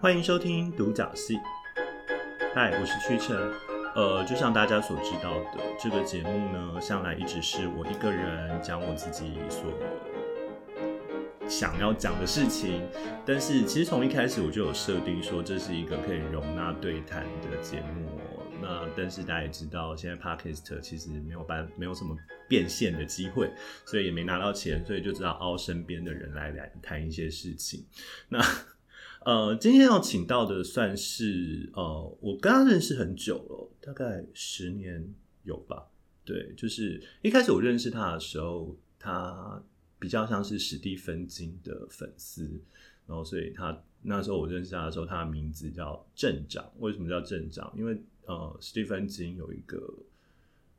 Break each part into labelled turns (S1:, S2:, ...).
S1: 欢迎收听独角戏。嗨，我是屈晨。呃，就像大家所知道的，这个节目呢，向来一直是我一个人讲我自己所想要讲的事情。但是其实从一开始我就有设定说，这是一个可以容纳对谈的节目哦。那但是大家也知道，现在 podcast 其实没有办没有什么变现的机会，所以也没拿到钱，所以就只好凹身边的人来来谈一些事情。那呃，今天要请到的算是呃，我跟他认识很久了，大概十年有吧。对，就是一开始我认识他的时候，他比较像是史蒂芬金的粉丝，然后所以他那时候我认识他的时候，他的名字叫镇长。为什么叫镇长？因为呃，史蒂芬金有一个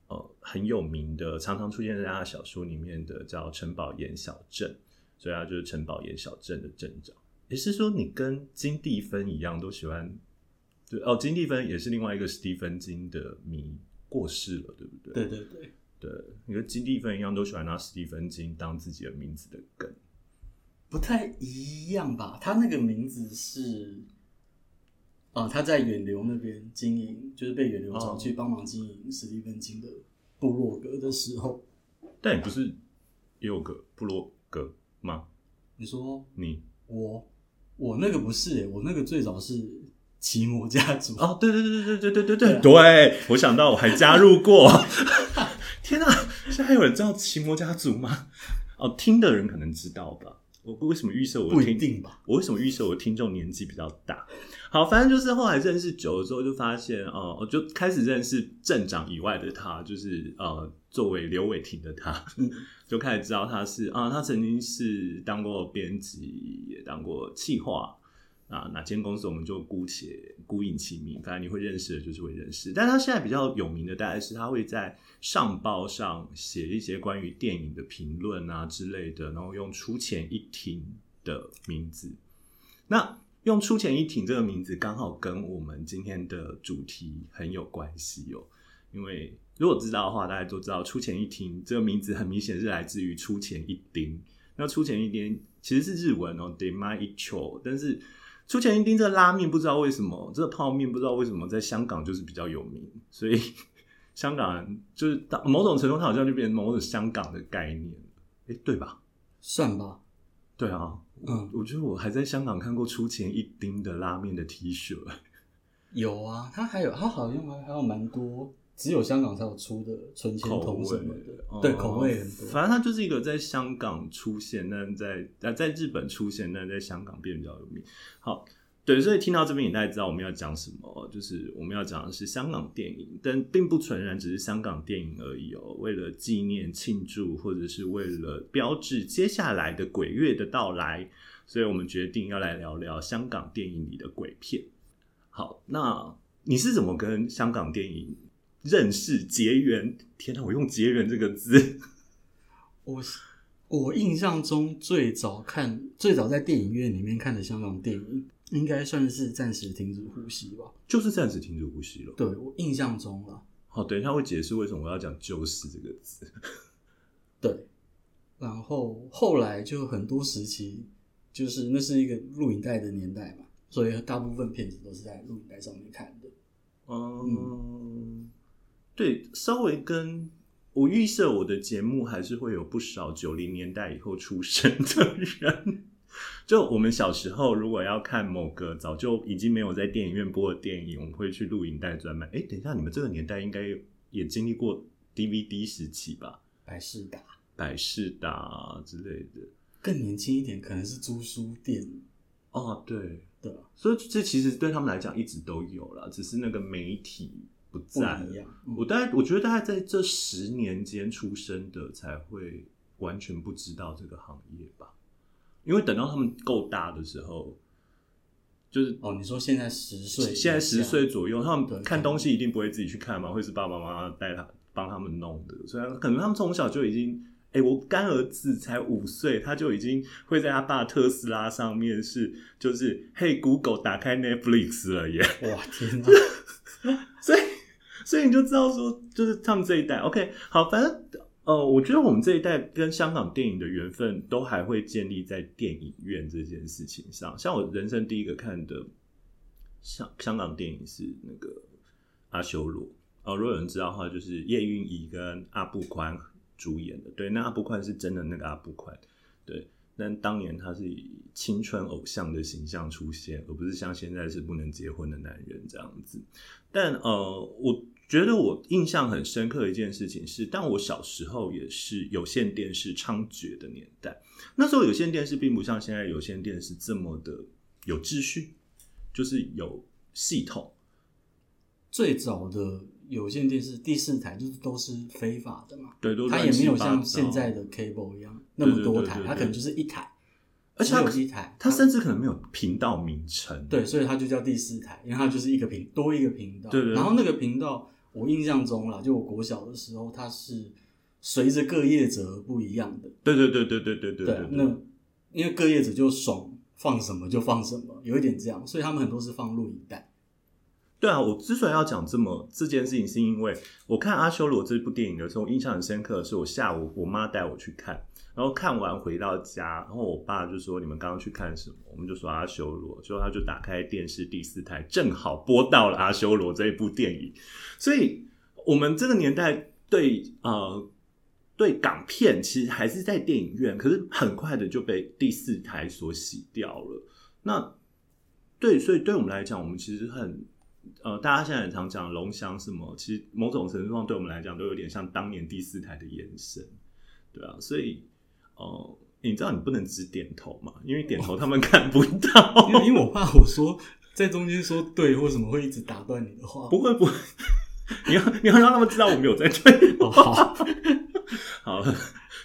S1: 呃很有名的，常常出现在他的小说里面的叫城堡岩小镇，所以他就是城堡岩小镇的镇长。也是说，你跟金蒂芬一样都喜欢，对哦，金蒂芬也是另外一个史蒂芬金的迷，过世了，对不对？
S2: 对对对，
S1: 对，你跟金蒂芬一样，都喜欢拿史蒂芬金当自己的名字的梗。
S2: 不太一样吧？他那个名字是，啊，他在远流那边经营，就是被远流找去帮忙经营史蒂芬金的部落格的时候，
S1: 但你不是也有个部落格吗？
S2: 你说
S1: 你
S2: 我我那个不是、欸，我那个最早是奇摩家族，
S1: 哦，对对对对对对对
S2: 对
S1: 对，
S2: 啊
S1: 对我想到我还加入过。天哪、现在还有人知道奇摩家族吗？哦，听的人可能知道吧。我我为什么预设我
S2: 不一
S1: 听
S2: 定吧？
S1: 我为什么预设我听众年纪比较大？好，反正就是后来认识久了之后，就发现哦，我就开始认识镇长以外的他，就是呃，作为刘伟霆的他，
S2: 嗯
S1: 就开始知道他是啊、他曾经是当过编辑，也当过企划。啊，哪间公司我们就姑且姑隐其名，反正你会认识的，就是会认识。但他现在比较有名的大概是他会在上报上写一些关于电影的评论啊之类的，然后用出钱一挺的名字那用“出钱一挺”这个名字，刚好跟我们今天的主题很有关系哦。因为如果知道的话，大家都知道“出钱一挺”这个名字很明显是来自于“出钱一丁”。那“出钱一丁”其实是日文哦 d e m a i c h o 但是“出钱一丁”这个拉面不知道为什么，这个泡面不知道为什么在香港就是比较有名，所以 香港人就是到某种程度，它好像就变成某种香港的概念了，哎，对吧？
S2: 算吧，
S1: 对啊，
S2: 嗯，
S1: 我觉得我还在香港看过出钱一丁的拉面的 T 恤，
S2: 有啊，他还有他好像还还有蛮多，只有香港才有出的存钱筒什么的，
S1: 哦
S2: 对，口味很多，
S1: 反正它就是一个在香港出现，但在啊在日本出现，但在香港变比较有名。好，对，所以听到这边，你大概知道我们要讲什么，就是我们要讲的是香港电影，但并不纯然只是香港电影而已哦。为了纪念、庆祝，或者是为了标志接下来的鬼月的到来，所以我们决定要来聊聊香港电影里的鬼片。好，那你是怎么跟香港电影认识结缘？天哪，我用结缘这个字，
S2: 我是我印象中最早看、最早在电影院里面看的香港电影，应该算是《暂时停止呼吸》吧。
S1: 就是暂时停止呼吸了。
S2: 对我印象中了，
S1: 好，等一下会解释为什么我要讲“就是”这个字。
S2: 对。然后后来就很多时期，就是那是一个录影带的年代嘛，所以大部分片子都是在录影带上面看的。
S1: 嗯，哦对，稍微跟我预设我的节目还是会有不少九零年代以后出生的人。就我们小时候，如果要看某个早就已经没有在电影院播的电影，我们会去录影带专卖。哎，等一下，你们这个年代应该也经历过 DVD 时期吧？
S2: 百事达
S1: 百事达之类的。
S2: 更年轻一点，可能是租书店，
S1: 哦，对，
S2: 对吧？
S1: 所以这其实对他们来讲一直都有啦，只是那个媒体不
S2: 不
S1: 在
S2: 一
S1: 了。
S2: 样。嗯
S1: 我大概我觉得大概在这十年间出生的才会完全不知道这个行业吧，因为等到他们够大的时候，就是
S2: 哦，你说现在十岁以下，
S1: 现在十岁左右，他
S2: 对
S1: 们看东西一定不会自己去看嘛，会是爸爸妈妈带他帮他们弄的。虽然可能他们从小就已经，哎、我干儿子才五岁，他就已经会在他爸特斯拉上面是就是嘿 Google 打开 Netflix 了耶。
S2: 哇天哪！啊
S1: 所以所以你就知道说，就是他们这一代，OK，好，反正呃，我觉得我们这一代跟香港电影的缘分都还会建立在电影院这件事情上。像我人生第一个看的香香港电影是那个阿修罗。哦，如果有人知道的话，就是叶蕴仪跟阿布宽主演的。对，那阿布宽是真的那个阿布宽，对。但当年他是以青春偶像的形象出现，而不是像现在是不能结婚的男人这样子。但呃，我觉得我印象很深刻的一件事情是，但我小时候也是有线电视猖獗的年代。那时候有线电视并不像现在有线电视这么的有秩序，就是有系统。
S2: 最早的有线电视第四台就是都是非法的嘛，
S1: 对，都
S2: 它
S1: 乱
S2: 也
S1: 七
S2: 没有
S1: 八糟
S2: 像现在的 cable 一样那么多台
S1: 对对对对，对
S2: 它可能就是一台，
S1: 而且它
S2: 只有一台，
S1: 它甚至可能没有频道名称。
S2: 对，所以它就叫第四台，因为它就是一个频多一个频道。
S1: 对对对
S2: 然后那个频道，我印象中啦，就我国小的时候，它是随着各业者不一样的。
S1: 对对对对对对对
S2: 啊那因为各业者就爽放什么就放什么，有一点这样，所以他们很多是放录影带。
S1: 对啊，我之所以要讲这么这件事情，是因为我看《阿修罗》这部电影的时候，我印象很深刻的是，我下午我妈带我去看，然后看完回到家，然后我爸就说：“你们刚刚去看什么？”我们就说《阿修罗》，之后他就打开电视第四台，正好播到了《阿修罗》这一部电影，所以我们这个年代对呃对港片其实还是在电影院，可是很快的就被第四台所洗掉了。那对，所以对我们来讲，我们其实很呃，大家现在很常讲龙翔什么，其实某种程度上对我们来讲都有点像当年第四台的延伸，对啊，所以呃，你知道你不能只点头嘛，因为点头他们看不
S2: 因为
S1: 到，
S2: 因为我怕我说在中间说对或什么会一直打断你的话。
S1: 不会不会， 你要你要让他们知道我们有在对
S2: 哦，好，
S1: 好，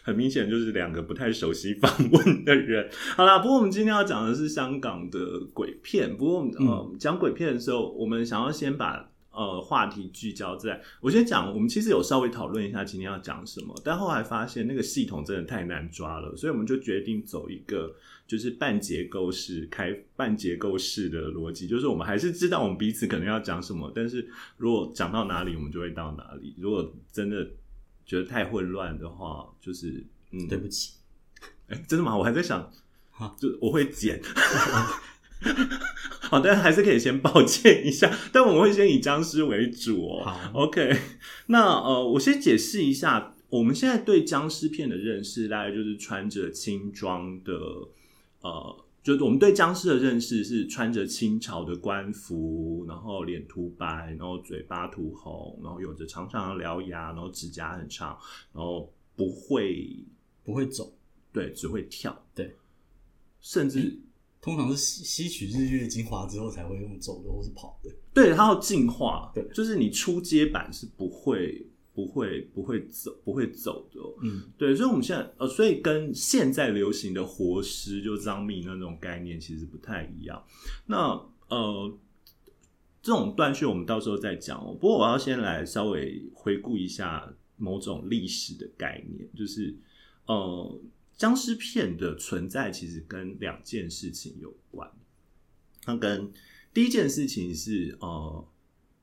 S1: 很明显就是两个不太熟悉访问的人。好啦，不过我们今天要讲的是香港的鬼片。不过我们呃，讲鬼片的时候，我们想要先把呃话题聚焦在，我先讲，我们其实有稍微讨论一下今天要讲什么，但后来发现那个系统真的太难抓了，所以我们就决定走一个就是半结构式开半结构式的逻辑，就是我们还是知道我们彼此可能要讲什么，但是如果讲到哪里，我们就会到哪里。如果真的觉得太混乱的话，就是嗯，
S2: 对不起。
S1: 哎，真的吗？我还在想
S2: 啊，
S1: 就我会剪。 好，但还是可以先抱歉一下，但我们会先以僵尸为主哦。
S2: 好，
S1: OK，那呃，我先解释一下，我们现在对僵尸片的认识，大概就是穿着轻装的，呃，就是我们对僵尸的认识是穿着清朝的官服，然后脸涂白，然后嘴巴涂红，然后有着长长的獠牙，然后指甲很长，然后不会
S2: 不会走，
S1: 对，只会跳，
S2: 对，
S1: 甚至
S2: 通常是吸吸取日月精华之后才会用走的或是跑的。
S1: 对它要进化，
S2: 对
S1: 就是你出街版是不会。不会，不会走，不会走的哦、
S2: 嗯，
S1: 对，所以我们现在呃，所以跟现在流行的活尸就张密那种概念其实不太一样。那呃，这种断续我们到时候再讲哦。不过我要先来稍微回顾一下某种历史的概念，就是呃，僵尸片的存在其实跟两件事情有关。那跟第一件事情是呃，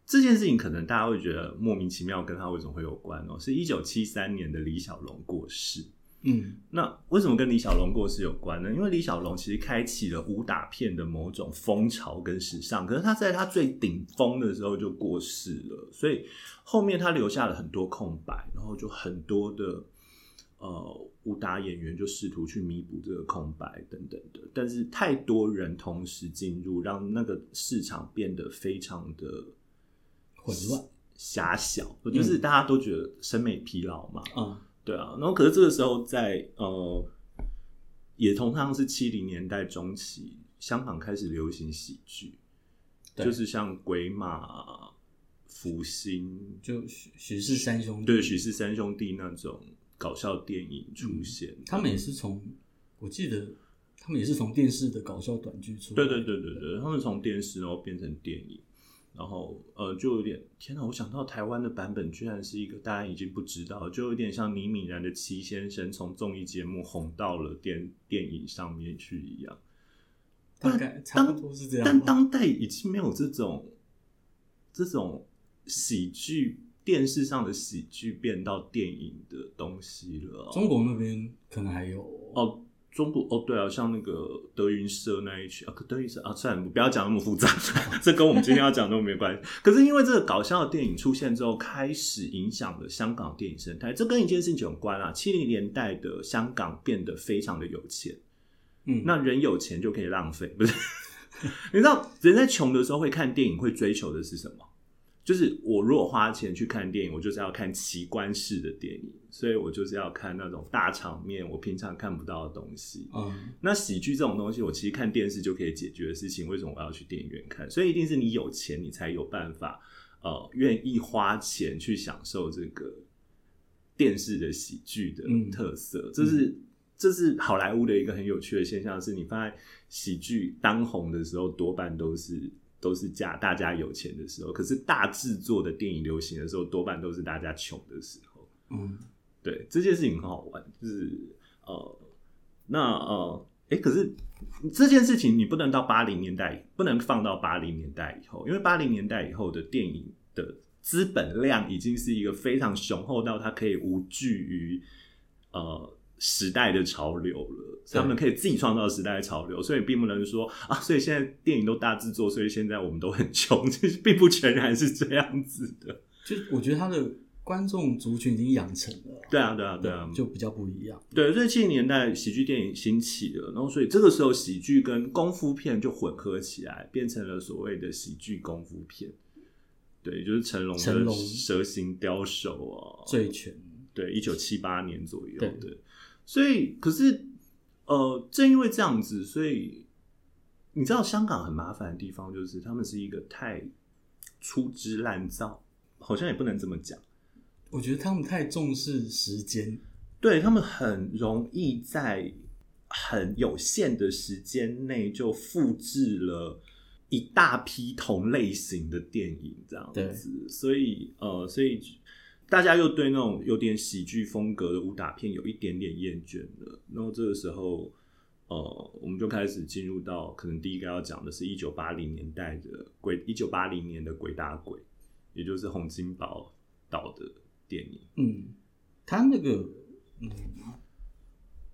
S1: 这件事情可能大家会觉得莫名其妙，跟他为什么会有关哦？是一九七三年的李小龙过世。
S2: 嗯，
S1: 那为什么跟李小龙过世有关呢？因为李小龙其实开启了武打片的某种风潮跟时尚，可是他在他最顶峰的时候就过世了，所以后面他留下了很多空白，然后就很多的呃武打演员就试图去弥补这个空白等等的，但是太多人同时进入，让那个市场变得非常的
S2: 混乱嗯
S1: 狭小，就是大家都觉得审美疲劳嘛，
S2: 啊，
S1: 对啊，然后可是这个时候在呃，也同样是七零年代中期，香港开始流行喜剧，
S2: 对
S1: 就是像鬼马、福星，
S2: 就许许氏三兄弟，
S1: 对许氏三兄弟那种搞笑电影出现。
S2: 他们也是从，我记得他们也是从电视的搞笑短剧出来
S1: 对对对对对，他们从电视然后变成电影，然后呃，就有点天哪！我想到台湾的版本居然是一个大家已经不知道，就有点像倪敏然的《齐先生》从综艺节目红到了电电影上面去一样。
S2: 大概差不多是这样
S1: 但
S2: 吧。
S1: 当代已经没有这种这种喜剧电视上的喜剧变到电影的东西了哦、
S2: 中国那边可能还有
S1: 哦，中部哦，对啊，像那个德云社那一区啊，可德云社啊，算了，不要讲那么复杂，这跟我们今天要讲都没关系。可是因为这个搞笑的电影出现之后，开始影响了香港电影生态，这跟一件事情有关啊。七零年代的香港变得非常的有钱，
S2: 嗯，
S1: 那人有钱就可以浪费，不是？ 你知道人在穷的时候会看电影，会追求的是什么？就是我如果花钱去看电影，我就是要看奇观式的电影，所以我就是要看那种大场面，我平常看不到的东西。
S2: 嗯
S1: 那喜剧这种东西，我其实看电视就可以解决的事情，为什么我要去电影院看？所以一定是你有钱，你才有办法，呃，愿意花钱去享受这个电视的喜剧的
S2: 嗯
S1: 特色。这是这是好莱坞的一个很有趣的现象，是你发现喜剧当红的时候，多半都是。都是家大家有钱的时候，可是大制作的电影流行的时候，多半都是大家穷的时候。
S2: 嗯，
S1: 对，这件事情很好玩，就是呃，那呃，哎，可是这件事情你不能到八零年代，不能放到八零年代以后，因为八零年代以后的电影的资本量已经是一个非常雄厚到它可以无惧于呃。时代的潮流了，
S2: 对
S1: 他们可以自己创造时代的潮流，所以并不能说啊，所以现在电影都大制作，所以现在我们都很穷， 其实并不全然是这样子的。
S2: 就我觉得他的观众族群已经养成了，
S1: 对啊，对啊，对啊，
S2: 就比较不一样。
S1: 对，所以七零年代喜剧电影兴起了，然后所以这个时候喜剧跟功夫片就混合起来，变成了所谓的喜剧功夫片。对，就是成龙
S2: 成
S1: 的
S2: 龙
S1: 蛇形刁手啊，
S2: 醉拳，
S1: 对，一九七八年左右
S2: 对
S1: 的。所以，可是呃，正因为这样子，所以你知道香港很麻烦的地方就是他们是一个太粗制滥造，好像也不能这么讲。
S2: 我觉得他们太重视时间，
S1: 对他们很容易在很有限的时间内就复制了一大批同类型的电影，这样子，所以呃，所以大家又对那种有点喜剧风格的武打片有一点点厌倦了。然后这个时候，呃，我们就开始进入到可能第一个要讲的是一九八零年代的鬼，一九八零年的鬼打鬼，也就是洪金宝导的电影。
S2: 嗯，他那个，嗯，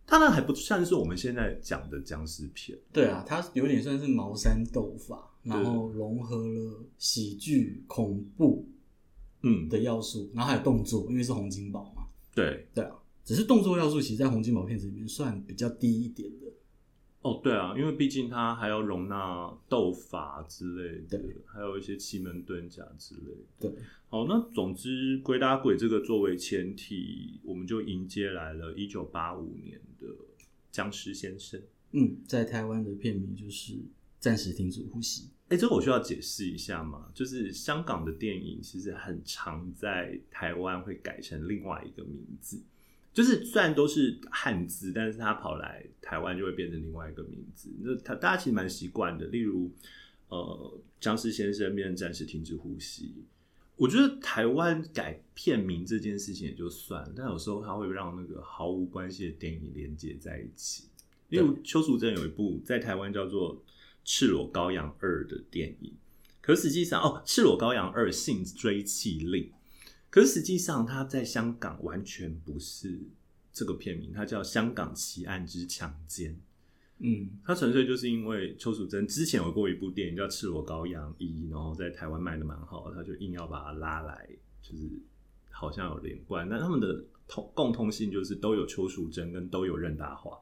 S1: 当然还不算是我们现在讲的僵尸片，
S2: 对啊，他有点算是茅山斗法，
S1: 对
S2: 然后融合了喜剧、恐怖
S1: 嗯，
S2: 的要素，然后还有动作，因为是洪金宝嘛，
S1: 对，
S2: 对啊，只是动作要素其实，在洪金宝片子里面算比较低一点的，
S1: 哦，对啊，因为毕竟它还要容纳斗法之类的
S2: 对，
S1: 还有一些奇门遁甲之类的。
S2: 对，
S1: 好，那总之，鬼打鬼这个作为前提，我们就迎接来了一九八五年的《僵尸先生》。
S2: 嗯，在台湾的片名就是《暂时停止呼吸》，
S1: 哎，这个我需要解释一下嘛，就是香港的电影其实很常在台湾会改成另外一个名字，就是虽然都是汉字，但是它跑来台湾就会变成另外一个名字。那它大家其实蛮习惯的，例如呃，僵尸先生变成暂时停止呼吸。我觉得台湾改片名这件事情也就算了，但有时候它会让那个毫无关系的电影连接在一起。例如邱淑贞有一部在台湾叫做《赤裸羔羊二》的电影，可实际上哦，《赤裸羔羊二：性追气令》，可是实际上它在香港完全不是这个片名，它叫《香港奇案之强奸》。
S2: 嗯，
S1: 它纯粹就是因为邱淑贞之前有过一部电影叫《赤裸羔羊一》，然后在台湾卖的蛮好，他就硬要把它拉来，就是好像有连贯。那他们的同共通性就是都有邱淑贞跟都有任达华，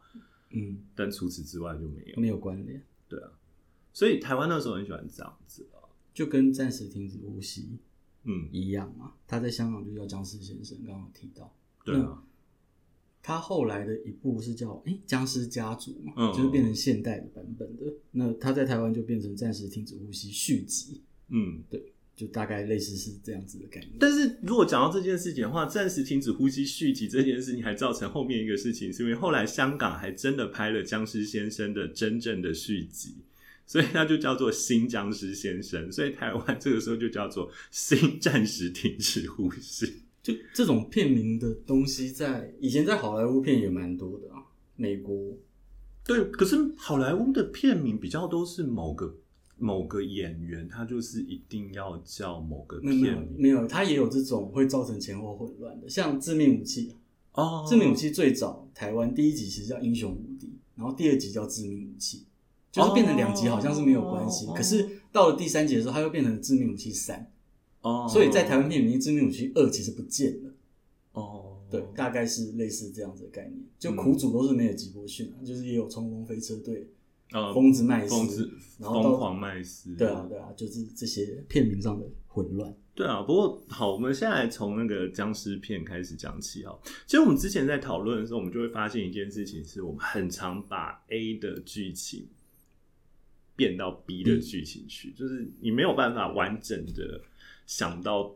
S2: 嗯，
S1: 但除此之外就没有。
S2: 没有关联，
S1: 所以台湾那时候很喜欢这样子啊，
S2: 就跟《暂时停止呼吸》
S1: 嗯，
S2: 一样嘛。他在香港就叫僵尸先生，刚刚有提到。
S1: 对啊，
S2: 他后来的一部是叫《诶僵尸家族》嘛，
S1: 嗯
S2: 就是变成现代的版本的。那他在台湾就变成《暂时停止呼吸》续集，
S1: 嗯。
S2: 就大概类似是这样子的概念。
S1: 但是如果讲到这件事情的话，暂时停止呼吸续集这件事情，还造成后面一个事情，是因为后来香港还真的拍了《僵尸先生》的真正的续集，所以它就叫做《新僵尸先生》，所以台湾这个时候就叫做《新暂时停止呼吸》。
S2: 就这种片名的东西在，以前在好莱坞片也蛮多的啊，美国
S1: 对，可是好莱坞的片名比较都是某个某个演员，他就是一定要叫某个
S2: 没有没有
S1: 片名
S2: 没有，它也有这种会造成前后混乱的，像《致命武器》啊，
S1: 哦
S2: 《致命武器》最早台湾第一集其实叫《英雄无敌》，然后第二集叫致命武器，就是变成两集好像是没有关系，
S1: 哦
S2: 可是到了第三集的时候，它又变成致命武器三，
S1: 哦，
S2: 所以在台湾片里面，致命武器二其实不见了。
S1: 哦，
S2: 对，大概是类似这样子的概念。就
S1: 嗯
S2: 苦主都是没有吉伯逊啊，就是也有冲锋飞车队、
S1: 呃，
S2: 疯子麦斯
S1: 疯子
S2: 然后到
S1: 疯狂麦斯，
S2: 对啊，对啊，就是这些片名上的混乱。
S1: 对啊，不过好，我们现在从那个僵尸片开始讲起哈。其实我们之前在讨论的时候，我们就会发现一件事情，是我们很常把 A 的剧情变到 B 的剧情去，就是你没有办法完整的想到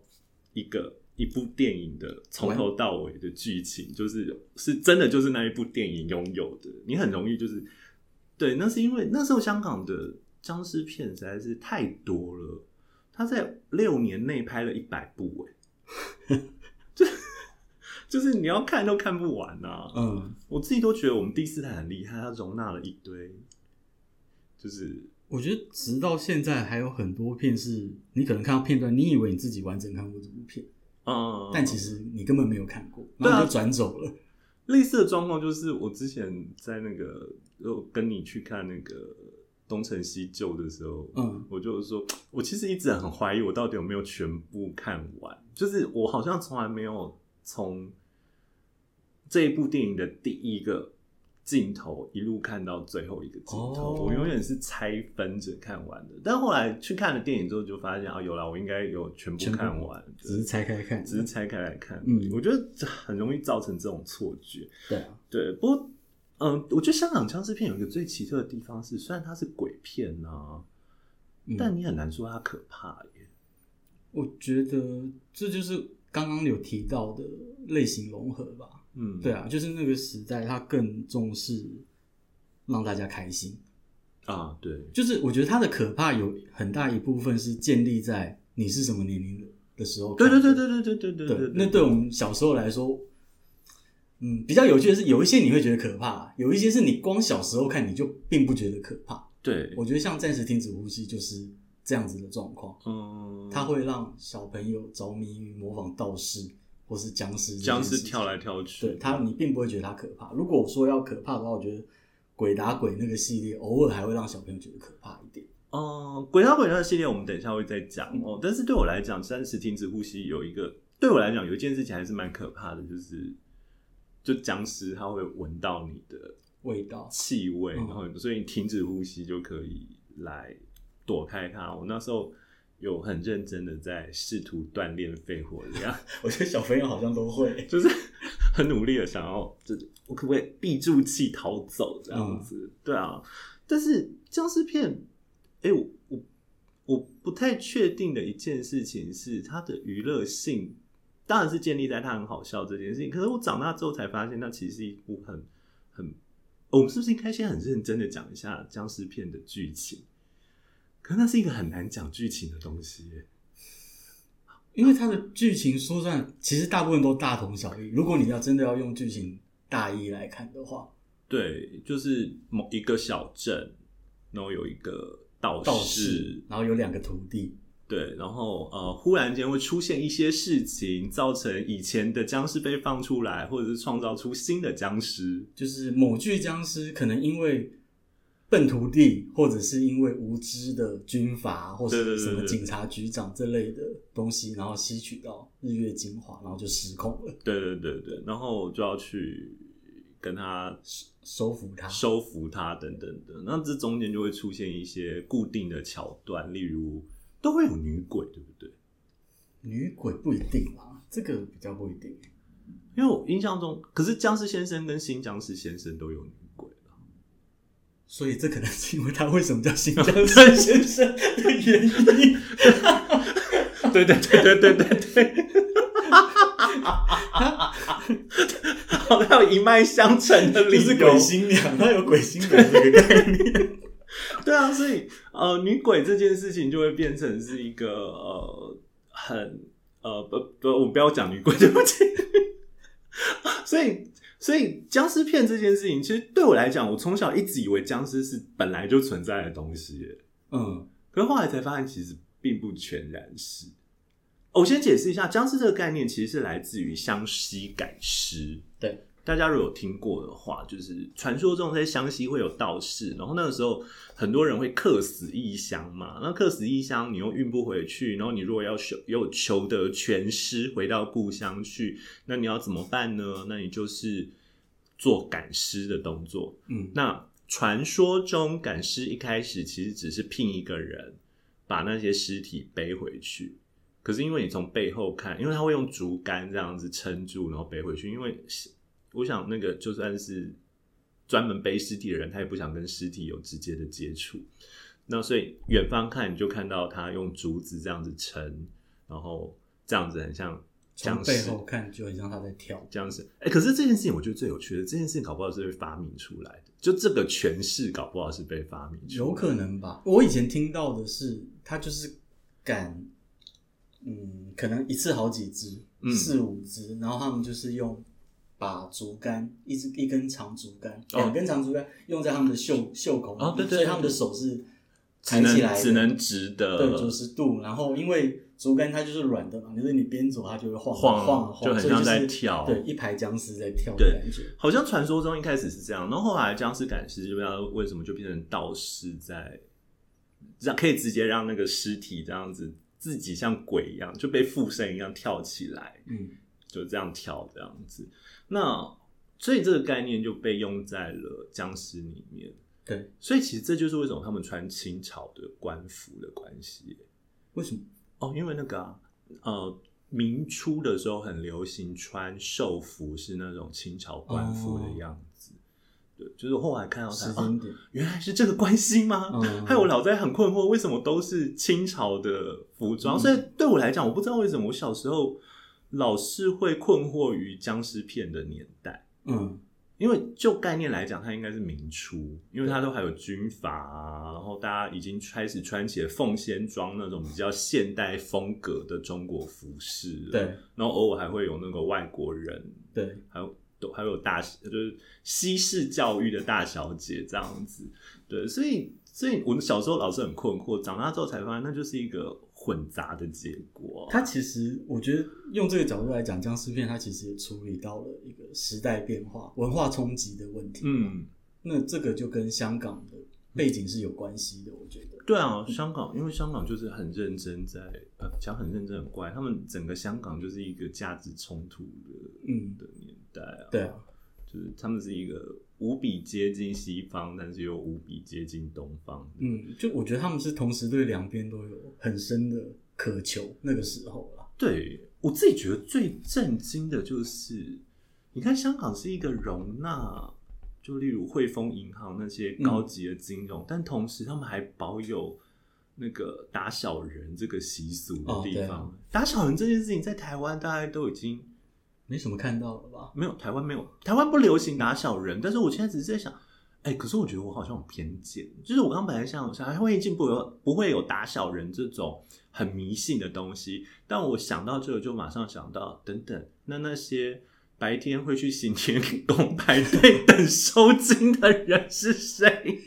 S1: 一个一部电影的从头到尾的剧情，就是是真的就是那一部电影拥有的，你很容易就是对，那是因为那时候香港的僵尸片实在是太多了。他在六年内拍了一百部、欸， 就就是你要看都看不完呐、啊。
S2: 嗯，
S1: 我自己都觉得我们第四台很厉害，它容纳了一堆，就是
S2: 我觉得直到现在还有很多片是你可能看到片段，你以为你自己完整看过这部片，
S1: 嗯，
S2: 但其实你根本没有看过，
S1: 对啊
S2: 然后你就转走了。
S1: 类似的状况就是我之前在那个呃跟你去看那个东成西就的时候，
S2: 嗯，
S1: 我就说，我其实一直很怀疑我到底有没有全部看完，就是我好像从来没有从这一部电影的第一个镜头一路看到最后一个镜头，
S2: 哦
S1: 我永远是拆分着看完的。但后来去看了电影之后，就发现啊，有啦，我应该有全部
S2: 全部
S1: 看完，
S2: 只是拆开看，
S1: 只是拆开来看，
S2: 嗯
S1: 我觉得这很容易造成这种错觉。
S2: 对啊，
S1: 对，不过，嗯，我觉得香港僵尸片有一个最奇特的地方是，虽然它是鬼片啊，
S2: 嗯
S1: 但你很难说它可怕耶。
S2: 我觉得这就是刚刚有提到的类型融合吧。
S1: 嗯，
S2: 对啊，就是那个时代，他更重视让大家开心。
S1: 啊，对，
S2: 就是我觉得他的可怕有很大一部分是建立在你是什么年龄的的时候看
S1: 对
S2: 的。
S1: 对对对对对对
S2: 对
S1: 对，
S2: 那对我们小时候来说，嗯，比较有趣的是，有一些你会觉得可怕，有一些是你光小时候看你就并不觉得可怕。
S1: 对，
S2: 我觉得像暂时停止呼吸就是这样子的状况，
S1: 嗯，
S2: 它会让小朋友着迷于模仿道士或是僵尸这件
S1: 僵
S2: 事
S1: 尸
S2: 情
S1: 跳来跳去，
S2: 对它，你并不会觉得它可怕。如果我说要可怕的话，我觉得鬼打鬼那个系列偶尔还会让小朋友觉得可怕一点。
S1: 嗯，鬼打鬼那系列我们等一下会再讲哦。
S2: 嗯
S1: 但是对我来讲，暂时停止呼吸有一个，对我来讲有一件事情还是蛮可怕的，就是就僵尸它会闻到你的
S2: 味道，
S1: 气味，
S2: 嗯
S1: 然后所以你停止呼吸就可以来躲开它。我那时候有很认真的在试图锻炼肺活量，
S2: 我觉得小朋友好像都会。
S1: 就是 很努力的想要，就是我可不可以闭住气逃走这样子？对啊，但是僵尸片，哎、我我我不太确定的一件事情是它的娱乐性，当然是建立在它很好笑这件事情。可是我长大之后才发现，那其实是一部很很，我们是不是应该先很认真的讲一下僵尸片的剧情？可是那是一个很难讲剧情的东西耶、
S2: 因为它的剧情说算，其实大部分都大同小异。如果你要真的要用剧情大意来看的话，
S1: 对，就是某一个小镇，然后有一个道士，
S2: 道士，然后有两个徒弟，
S1: 对，然后呃，忽然间会出现一些事情，造成以前的僵尸被放出来，或者是创造出新的僵尸。
S2: 就是某具僵尸可能因为笨徒弟，或者是因为无知的军阀或
S1: 对对
S2: 是
S1: 对
S2: 什么
S1: 对
S2: 警察局长这类的东西，然后吸取到日月精华，然后就失控了。
S1: 对对对对，然后就要去跟他
S2: 收服他。
S1: 收服他等等的。那这中间就会出现一些固定的桥段，例如都会有女鬼，对不对？
S2: 女鬼不一定啦，这个比较不一定。
S1: 因为我印象中，可是僵尸先生跟新僵尸先生都有女鬼啊
S2: 所以这可能是因为他为什么叫新 疆山先生的原 因。
S1: 对对对对对对对，好，它有一脉相承的
S2: 就
S1: 理
S2: 是
S1: 由
S2: 鬼。新娘，他有鬼新娘这个概念。
S1: 对啊，所以呃，女鬼这件事情就会变成是一个呃很呃不不，我不要讲女鬼，对不起。 所以所以僵尸片这件事情，其实对我来讲，我从小一直以为僵尸是本来就存在的东西耶。
S2: 嗯，
S1: 可是后来才发现，其实并不全然是。哦我先解释一下，僵尸这个概念其实是来自于湘西赶尸。
S2: 对，
S1: 大家如果有听过的话，就是传说中在湘西会有道士，然后那个时候很多人会客死异乡嘛。那客死异乡，你又运不回去，然后你如果要求又求得全尸回到故乡去，那你要怎么办呢？那你就是做赶尸的动作。
S2: 嗯，
S1: 那传说中赶尸一开始其实只是聘一个人把那些尸体背回去，可是因为你从背后看，因为他会用竹竿这样子撑住，然后背回去。因为我想那个就算是专门背尸体的人，他也不想跟尸体有直接的接触。那所以远方看你就看到他用竹子这样子撑，然后这样子很像
S2: 从
S1: 僵
S2: 背
S1: 尸。
S2: 后看就很像他在跳。
S1: 这样子。哎、可是这件事情我觉得最有趣的，这件事情搞不好是被发明出来的，就这个诠释搞不好是被发明出来的
S2: 有可能吧。我以前听到的是，他就是赶，嗯，可能一次好几只，
S1: 嗯
S2: 四五只，然后他们就是用把竹竿，一只一根长竹竿，
S1: 哦
S2: 两、根长竹竿用在他们的袖袖口里，
S1: 哦对对
S2: 所以
S1: 对
S2: 他们的手是
S1: 只
S2: 抬起来
S1: 能
S2: 的
S1: 只能直
S2: 对九
S1: 的，
S2: 十度，然后因为竹竿它就是软的嘛，就是你边走它就会晃
S1: 晃
S2: 晃啊晃，
S1: 就很
S2: 所以
S1: 像在
S2: 是
S1: 跳
S2: 对，一排僵尸在跳的
S1: 对
S2: 感觉。
S1: 好像传说中一开始是这样，然后后来僵尸赶尸，就不知道为什么就变成道士在让可以直接让那个尸体这样子自己像鬼一样就被附身一样跳起来，
S2: 嗯，
S1: 就这样跳这样子。那所以这个概念就被用在了僵尸里面。
S2: 对，
S1: 所以其实这就是为什么他们穿清朝的官服的关系
S2: 为什么？
S1: 哦，因为那个啊、呃，明初的时候很流行穿寿服，是那种清朝官服
S2: 哦
S1: 的样子。对，就是后来看到
S2: 时
S1: 他、啊，
S2: 间点，
S1: 原来是这个关系吗？
S2: 嗯，
S1: 害我老在很困惑，为什么都是清朝的服装？
S2: 嗯
S1: 所以对我来讲，我不知道为什么我小时候老是会困惑于僵尸片的年代，
S2: 嗯，
S1: 因为就概念来讲，它应该是明初，因为它都还有军阀啊，然后大家已经开始穿起了凤仙装那种比较现代风格的中国服饰了，
S2: 对
S1: 然后偶尔还会有那个外国人，
S2: 对，
S1: 还有都还有大就是西式教育的大小姐这样子，对，所以所以我们小时候老是很困惑，长大之后才发现那就是一个混杂的结果。
S2: 它其实，我觉得用这个角度来讲，僵尸片它其实也处理到了一个时代变化、文化冲击的问题。，
S1: 嗯，
S2: 那这个就跟香港的背景是有关系的，我觉得。
S1: 对啊，香港因为香港就是很认真在呃讲很认真很乖，他们整个香港就是一个价值冲突的
S2: 嗯，
S1: 的年代啊，
S2: 对啊，
S1: 就是他们是一个无比接近西方，但是又无比接近东方的
S2: 嗯，就我觉得他们是同时对两边都有很深的渴求，那个时候啊啦。
S1: 对我自己觉得最震惊的就是，你看香港是一个容纳，就例如汇丰银行那些高级的金融，但同时他们还保有那个打小人这个习俗的
S2: 哦
S1: 地
S2: 对啊
S1: 方。打小人这件事情在台湾大概都已经
S2: 没什么看到了吧？
S1: 没有，台湾没有，台湾不流行打小人。但是我现在只是在想，哎、可是我觉得我好像有偏见，就是我刚本来想想，台湾一进步有不会有打小人这种很迷信的东西，但我想到这个就马上想到，等等，那那些。白天会去行天宫排队等收金的人是谁？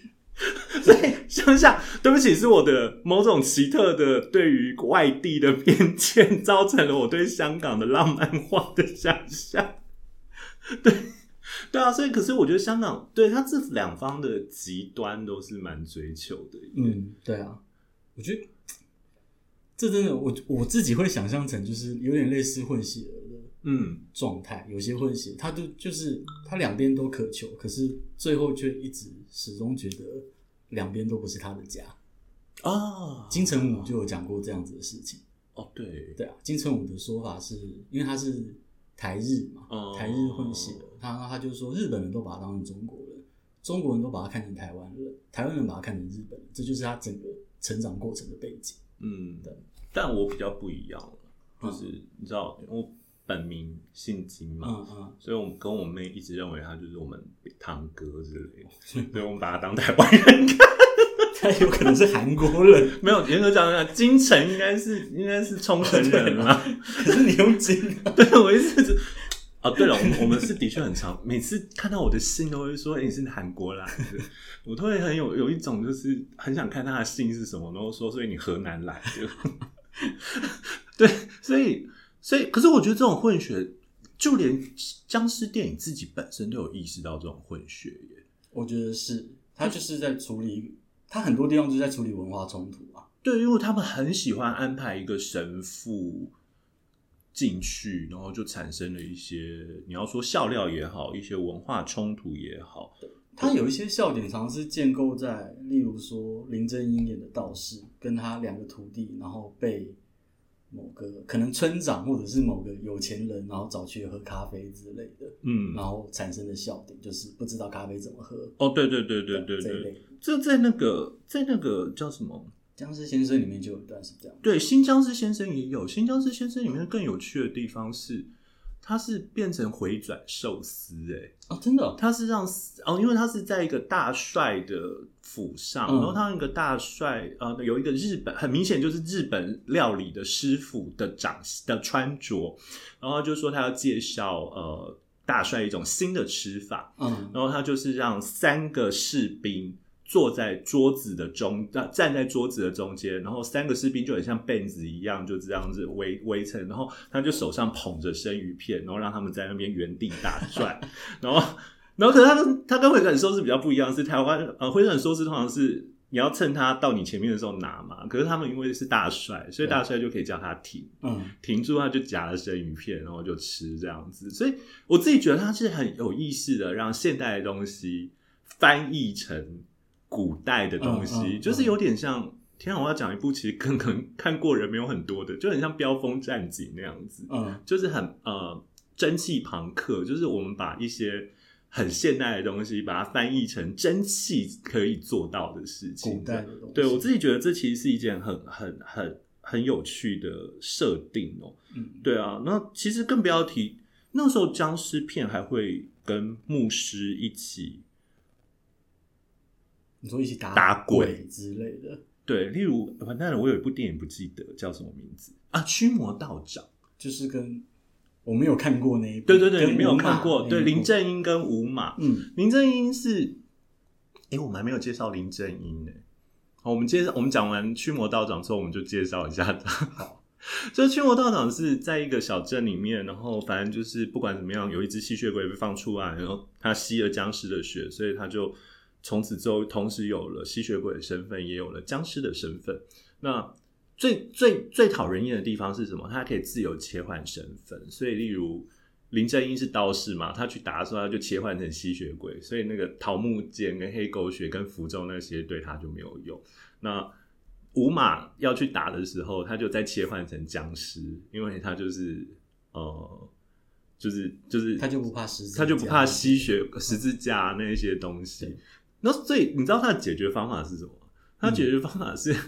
S1: 所以想想，对不起，是我的某种奇特的对于外地的偏见，造成了我对香港的浪漫化的想象。对，对啊，所以可是我觉得香港对它这两方的极端都是蛮追求的。
S2: 嗯，对啊，我觉得这真的，我我自己会想象成就是有点类似混血儿的
S1: 嗯，
S2: 状态，有些混血，他都就是他两边都渴求，可是最后却一直始终觉得两边都不是他的家。
S1: 啊，
S2: 金城武就有讲过这样子的事情，
S1: 哦，对，
S2: 对啊，金城武的说法是因为他是台日嘛，
S1: 哦
S2: 台日混血，他他就说日本人都把他当成中国人，中国人都把他看成台湾人，台湾人把他看成日本人，这就是他整个成长过程的背景。
S1: 嗯
S2: 对，
S1: 但我比较不一样了，就
S2: 嗯
S1: 是你知道，我本名姓金嘛，
S2: 嗯嗯，
S1: 所以我们跟我妹一直认为他就是我们堂哥之类的，所以我们把他当台湾人看。
S2: 他有可能是韩国人，
S1: 没有，严格讲讲，金城应该是应该是冲绳人啦。
S2: 可是你用金啊，
S1: 对，我一直哦，对了，我们我们是的确很常，每次看到我的信都会说、诶你是韩国来的，我都会很有有一种就是很想看他的信是什么，然后说所以你河南 来的，对，所以所以可是我觉得这种混血就连僵尸电影自己本身都有意识到这种混血耶。
S2: 我觉得是他就是在处理，他很多地方就是在处理文化冲突啊。
S1: 对，因为他们很喜欢安排一个神父进去，然后就产生了一些你要说笑料也好，一些文化冲突也好。
S2: 他有一些笑点，常是建构在，例如说林正英演的道士跟他两个徒弟，然后被某个可能村长或者是某个有钱人，然后找去喝咖啡之类的，
S1: 嗯，
S2: 然后产生的笑点就是不知道咖啡怎么喝。
S1: 哦，对对对对对
S2: 这一
S1: 对，
S2: 类
S1: 这在那个在那个叫什么？
S2: 僵尸先生里面就有一段是这样，
S1: 对，《新僵尸先生》也有，《新僵尸先生》里面更有趣的地方是，它是变成回转寿司、欸，
S2: 哦，真的哦、
S1: 他是让死哦，因为他是在一个大帅的府上，
S2: 嗯
S1: 然后他那个大帅呃有一个日本，很明显就是日本料理的师傅的长的穿着，然后他就说他要介绍呃大帅一种新的吃法，
S2: 嗯，
S1: 然后他就是让三个士兵坐在桌子的中，呃站在桌子的中间，然后三个士兵就很像被子一样，就这样子围围成，然后他就手上捧着生鱼片，然后让他们在那边原地打转， 然后，然后可是他跟他跟回转寿司比较不一样，是台湾呃回转寿司通常是。你要趁他到你前面的时候拿嘛，可是他们因为是大帅，所以大帅就可以叫他停。
S2: 嗯，
S1: 停住，他就夹了生鱼片，然后就吃这样子。所以我自己觉得他是很有意识的，让现代的东西翻译成古代的东西，
S2: 嗯嗯嗯
S1: 就是有点像。天啊！我要讲一部其实可能看过人没有很多的，就很像《飙风战警》那样子，
S2: 嗯，
S1: 就是很呃蒸汽朋克，就是我们把一些很现代的东西，把它翻译成蒸汽可以做到的事情。
S2: 古代的东西。
S1: 对我自己觉得这其实是一件很很很很有趣的设定哦。
S2: 嗯，
S1: 对啊，那其实更不要提那时候僵尸片还会跟牧师一起
S2: 你说一起打
S1: 打鬼
S2: 鬼之类的，
S1: 对，例如完蛋了，我有一部电影不记得叫什么名字啊，《驱魔道长》。
S2: 就是跟我没有看过那一部，
S1: 对对对，
S2: 跟
S1: 你没有
S2: 吴马
S1: 看过？
S2: 那一
S1: 对，
S2: 部
S1: 林，正英跟吴马，
S2: 嗯，
S1: 林正英是，诶，我们还没有介绍林正英呢。好，我们介绍，我们讲完驱魔道长之后，我们就介绍一下他。 好，这驱魔道长是在一个小镇里面，然后反正就是不管怎么样，有一只吸血鬼被放出来，然后他吸了僵尸的血，所以他就从此之后，同时有了吸血鬼的身份，也有了僵尸的身份。那最最最讨人厌的地方是什么？他可以自由切换身份，所以例如林正英是道士嘛，他去打的时候他就切换成吸血鬼，所以那个桃木剑跟黑狗血跟符咒那些对他就没有用。那五马要去打的时候，他就再切换成僵尸，因为他就是呃，就是就是
S2: 他就不怕狮子，
S1: 他就不怕吸血、十字架那一些东西
S2: 对。
S1: 那所以你知道他的解决方法是什么吗？他的解决方法是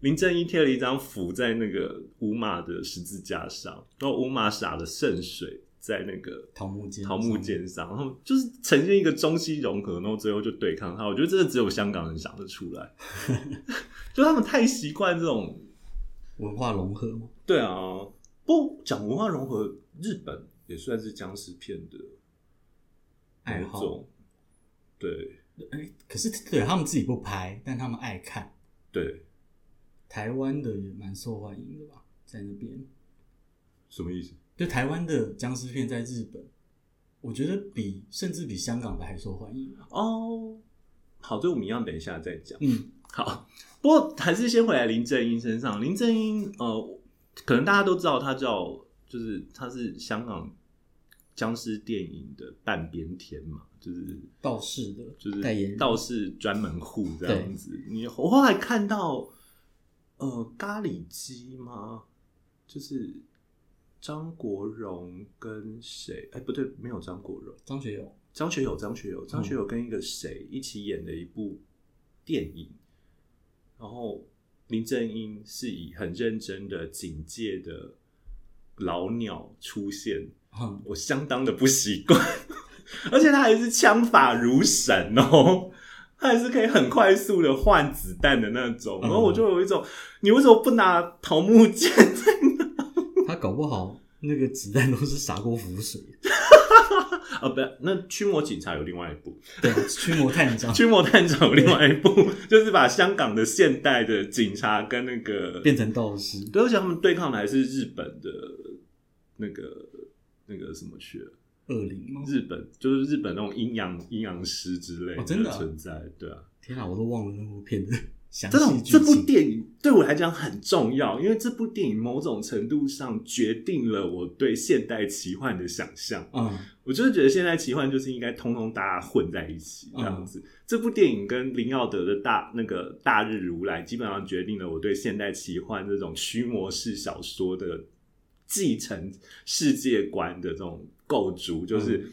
S1: 林正英贴了一张符在那个五马的十字架上，然后五马洒了圣水在那个
S2: 桃木剑，
S1: 桃木，剑上，然后就是呈现一个中西融合，然后最后就对抗他。我觉得真的只有香港人想得出 来，就他们太习惯这种。
S2: 文化融合吗？
S1: 对啊，不过讲文化融合，日本也算是僵尸片的
S2: 爱
S1: 某
S2: 好，
S1: 种，哎对
S2: 哎，可是对他们自己不拍，但他们爱看，
S1: 对，
S2: 台湾的也蛮受欢迎的吧，在那边，
S1: 什么意思？
S2: 就台湾的僵尸片在日本，我觉得比甚至比香港的还受欢迎啊。
S1: 哦，好，这我们一样，等一下再讲。
S2: 嗯，
S1: 好，不过还是先回来林正英身上。林正英，呃，可能大家都知道他叫，就是他是香港僵尸电影的半边天嘛，就是
S2: 道士的，
S1: 就是
S2: 代言人
S1: 道士专门户这样子。你我后来看到，呃，咖喱鸡吗？就是张国荣跟谁？哎，不对，没有张国荣。
S2: 张学友，
S1: 张学友，张学友，张
S2: 嗯
S1: 学友跟一个谁一起演的一部电影，然后林正英是以很认真的警戒的老鸟出现，
S2: 哼，
S1: 我相当的不习惯，而且他还是枪法如神哦，他还是可以很快速的换子弹的那种，
S2: 嗯
S1: 然后我就有一种，你为什么不拿桃木剑 在
S2: 他搞不好那个子弹都是洒过浮水的。
S1: 啊？不，那驱魔警察有另外一部，
S2: 对，驱魔探长
S1: 《驱魔探长》有另外一部， 就是把香港的现代的警察跟那个，
S2: 变成道士，
S1: 对，而且他们对抗的还是日本的那个那个什么去了，
S2: 恶灵吗？
S1: 日本就是日本那种阴阳阴阳师之类
S2: 哦真的啊
S1: 存在，对啊，
S2: 天啊，我都忘了那部片的详
S1: 这种
S2: 细剧
S1: 哦这部
S2: 情。
S1: 电影对我来讲很重要，因为这部电影某种程度上决定了我对现代奇幻的想象。
S2: 嗯，
S1: 我就是觉得现代奇幻就是应该通通大家混在一起这样
S2: 嗯
S1: 子。这部电影跟林奥德的大那个《大日如来》基本上决定了我对现代奇幻这种驱魔式小说的继承世界观的这种构筑，
S2: 嗯
S1: 就是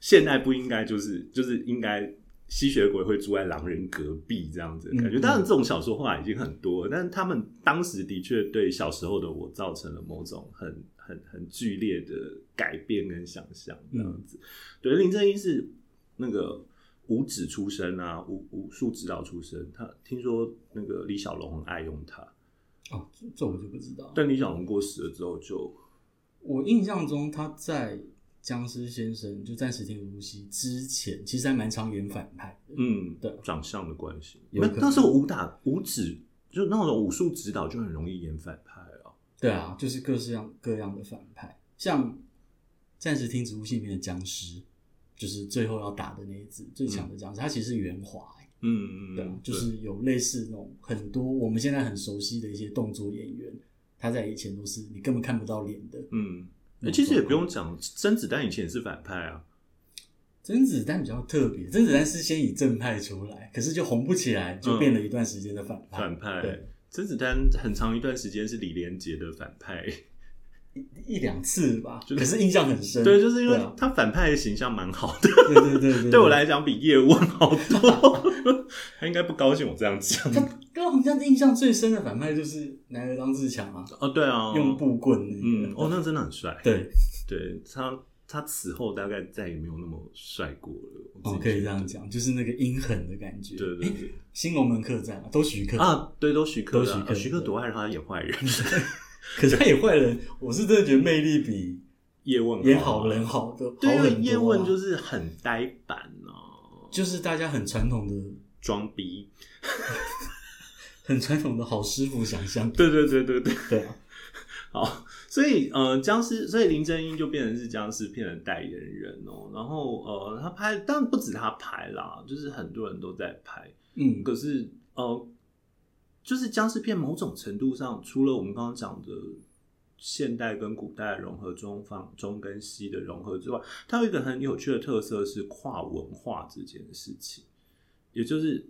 S1: 现代不应该就是就是应该。吸血鬼会住在狼人隔壁这样子的感觉，
S2: 嗯嗯
S1: 当然这种小说化已经很多了，但是他们当时的确对小时候的我造成了某种很很很剧烈的改变跟想象这样子。嗯对，林正英是那个武指出身啊，武武术指导出身。他听说那个李小龙很爱用他，
S2: 哦，这这我就不知道。
S1: 但李小龙过世了之后就
S2: 我印象中他在《僵尸先生》就暂时停止呼吸之前，其实还蛮常演反派的。
S1: 嗯，
S2: 对
S1: 长相的关系。
S2: 有
S1: 那
S2: 可能
S1: 那时候武打武指就那种武术指导就很容易演反派啊。
S2: 对啊，就是各式样各样的反派，像暂时停止呼吸里面的僵尸，就是最后要打的那一只最强的僵尸，他其实是圆滑、欸，
S1: 嗯嗯嗯，
S2: 对啊
S1: 嗯，
S2: 就是有类似那种很多我们现在很熟悉的一些动作演员，他在以前都是你根本看不到脸的。
S1: 嗯。
S2: 那种
S1: 其实也不
S2: 状
S1: 用讲，甄子丹以前也是反派啊。
S2: 甄子丹比较特别，甄子丹是先以正派出来，可是就红不起来，就变了一段时间的反
S1: 嗯
S2: 派。
S1: 反派
S2: 嗯对，
S1: 甄子丹很长一段时间是李连杰的反派。
S2: 一两次吧，
S1: 就是
S2: 可是印象很深。
S1: 对，就是因为
S2: 对啊
S1: 他反派的形象蛮好的。
S2: 对对对对，
S1: 对我来讲比叶问好多。 他应该不高兴我这样 讲。
S2: 对啊，我们现在印象最深的反派就是男儿当自强啊，
S1: 哦，对啊，
S2: 用布棍那
S1: 嗯，
S2: 个。
S1: 哦，那真的很帅。
S2: 对，
S1: 对他，他此后大概再也没有那么帅过了。我自己
S2: 哦可以
S1: 觉
S2: 这
S1: 得
S2: 样。讲，就是那个阴狠的感觉。
S1: 对对
S2: 诶，
S1: 对
S2: 新龙门客栈嘛，都徐克，
S1: 啊，对，都徐克
S2: 都
S1: 了
S2: 徐
S1: 啊。
S2: 克
S1: 哦徐克
S2: 对
S1: 多爱让他演坏人，
S2: 可是他也坏人，我是真的觉得魅力比
S1: 叶问
S2: 演
S1: 好
S2: 好
S1: 啊
S2: 人。好的
S1: 对，因
S2: 好
S1: 为
S2: 很
S1: 叶
S2: 多啊
S1: 问就是很呆板哦，
S2: 就是大家很传统的、
S1: 装逼。
S2: 很传统的好师傅想象。
S1: 对对对对对。
S2: 对啊，
S1: 好，所以呃，僵尸，所以林正英就变成是僵尸片的代言人哦。然后呃，他拍，当然不止他拍啦，就是很多人都在拍。
S2: 嗯，
S1: 可是呃，就是僵尸片某种程度上，除了我们刚刚讲的现代跟古代的融合中方中跟西的融合之外，它有一个很有趣的特色是跨文化这件事情，也就是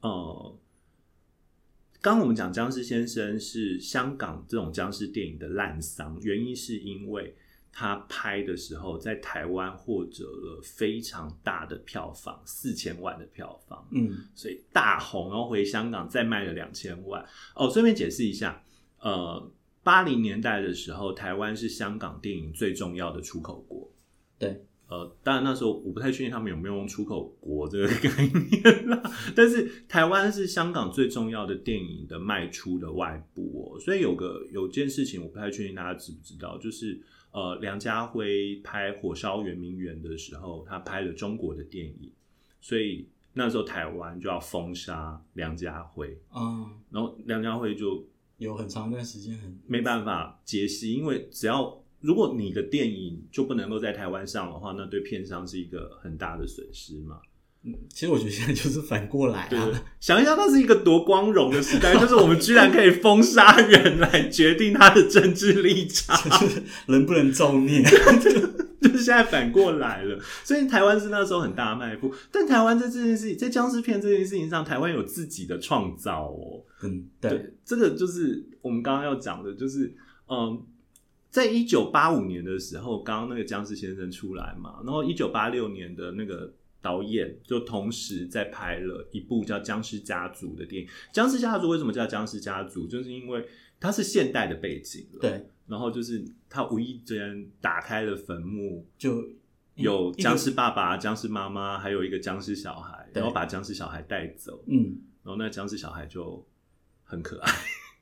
S1: 呃。刚刚我们讲《僵尸先生》是香港这种僵尸电影的烂丧，原因是因为他拍的时候在台湾获得了非常大的票房，四千万的票房，
S2: 嗯
S1: 所以大红，然后回香港再卖了两千万。哦，顺便解释一下，呃，八零年代的时候，台湾是香港电影最重要的出口国。
S2: 对，
S1: 呃，当然那时候我不太确定他们有没有用出口国这个概念啦，但是台湾是香港最重要的电影的卖出的外部哦，所以有个有件事情我不太确定大家知不知道，就是呃梁家辉拍《火烧圆明园》的时候，他拍了中国的电影，所以那时候台湾就要封杀梁家辉，
S2: 啊，
S1: 然后梁家辉就
S2: 有很长一段时间很
S1: 没办法解析，因为只要如果你的电影就不能够在台湾上的话，那对片商是一个很大的损失嘛。
S2: 嗯，其实我觉得现在就是反过来
S1: 对，
S2: 啊，
S1: 想一下，那是一个多光荣的时代，就是我们居然可以封杀人来决定他的政治立场，
S2: 就是 人不能造孽。
S1: 就是现在反过来了。所以台湾是那时候很大迈步，但台湾在这件事情，在僵尸片这件事情上，台湾有自己的创造哦。
S2: 嗯，对，
S1: 对，这个就是我们刚刚要讲的，就是嗯，在一九八五年的时候，刚刚那个僵尸先生出来嘛，然后一九八六年的那个导演就同时在拍了一部叫《僵尸家族》的电影。《僵尸家族》为什么叫《僵尸家族》？就是因为它是现代的背景了，，
S2: 对，
S1: 然后就是他无意间打开了坟墓。
S2: 就
S1: 有
S2: 嗯一个
S1: 僵尸爸爸、僵尸妈妈，还有一个僵尸小孩，
S2: 对
S1: 然后把僵尸小孩带走，
S2: 嗯，
S1: 然后那僵尸小孩就很可爱。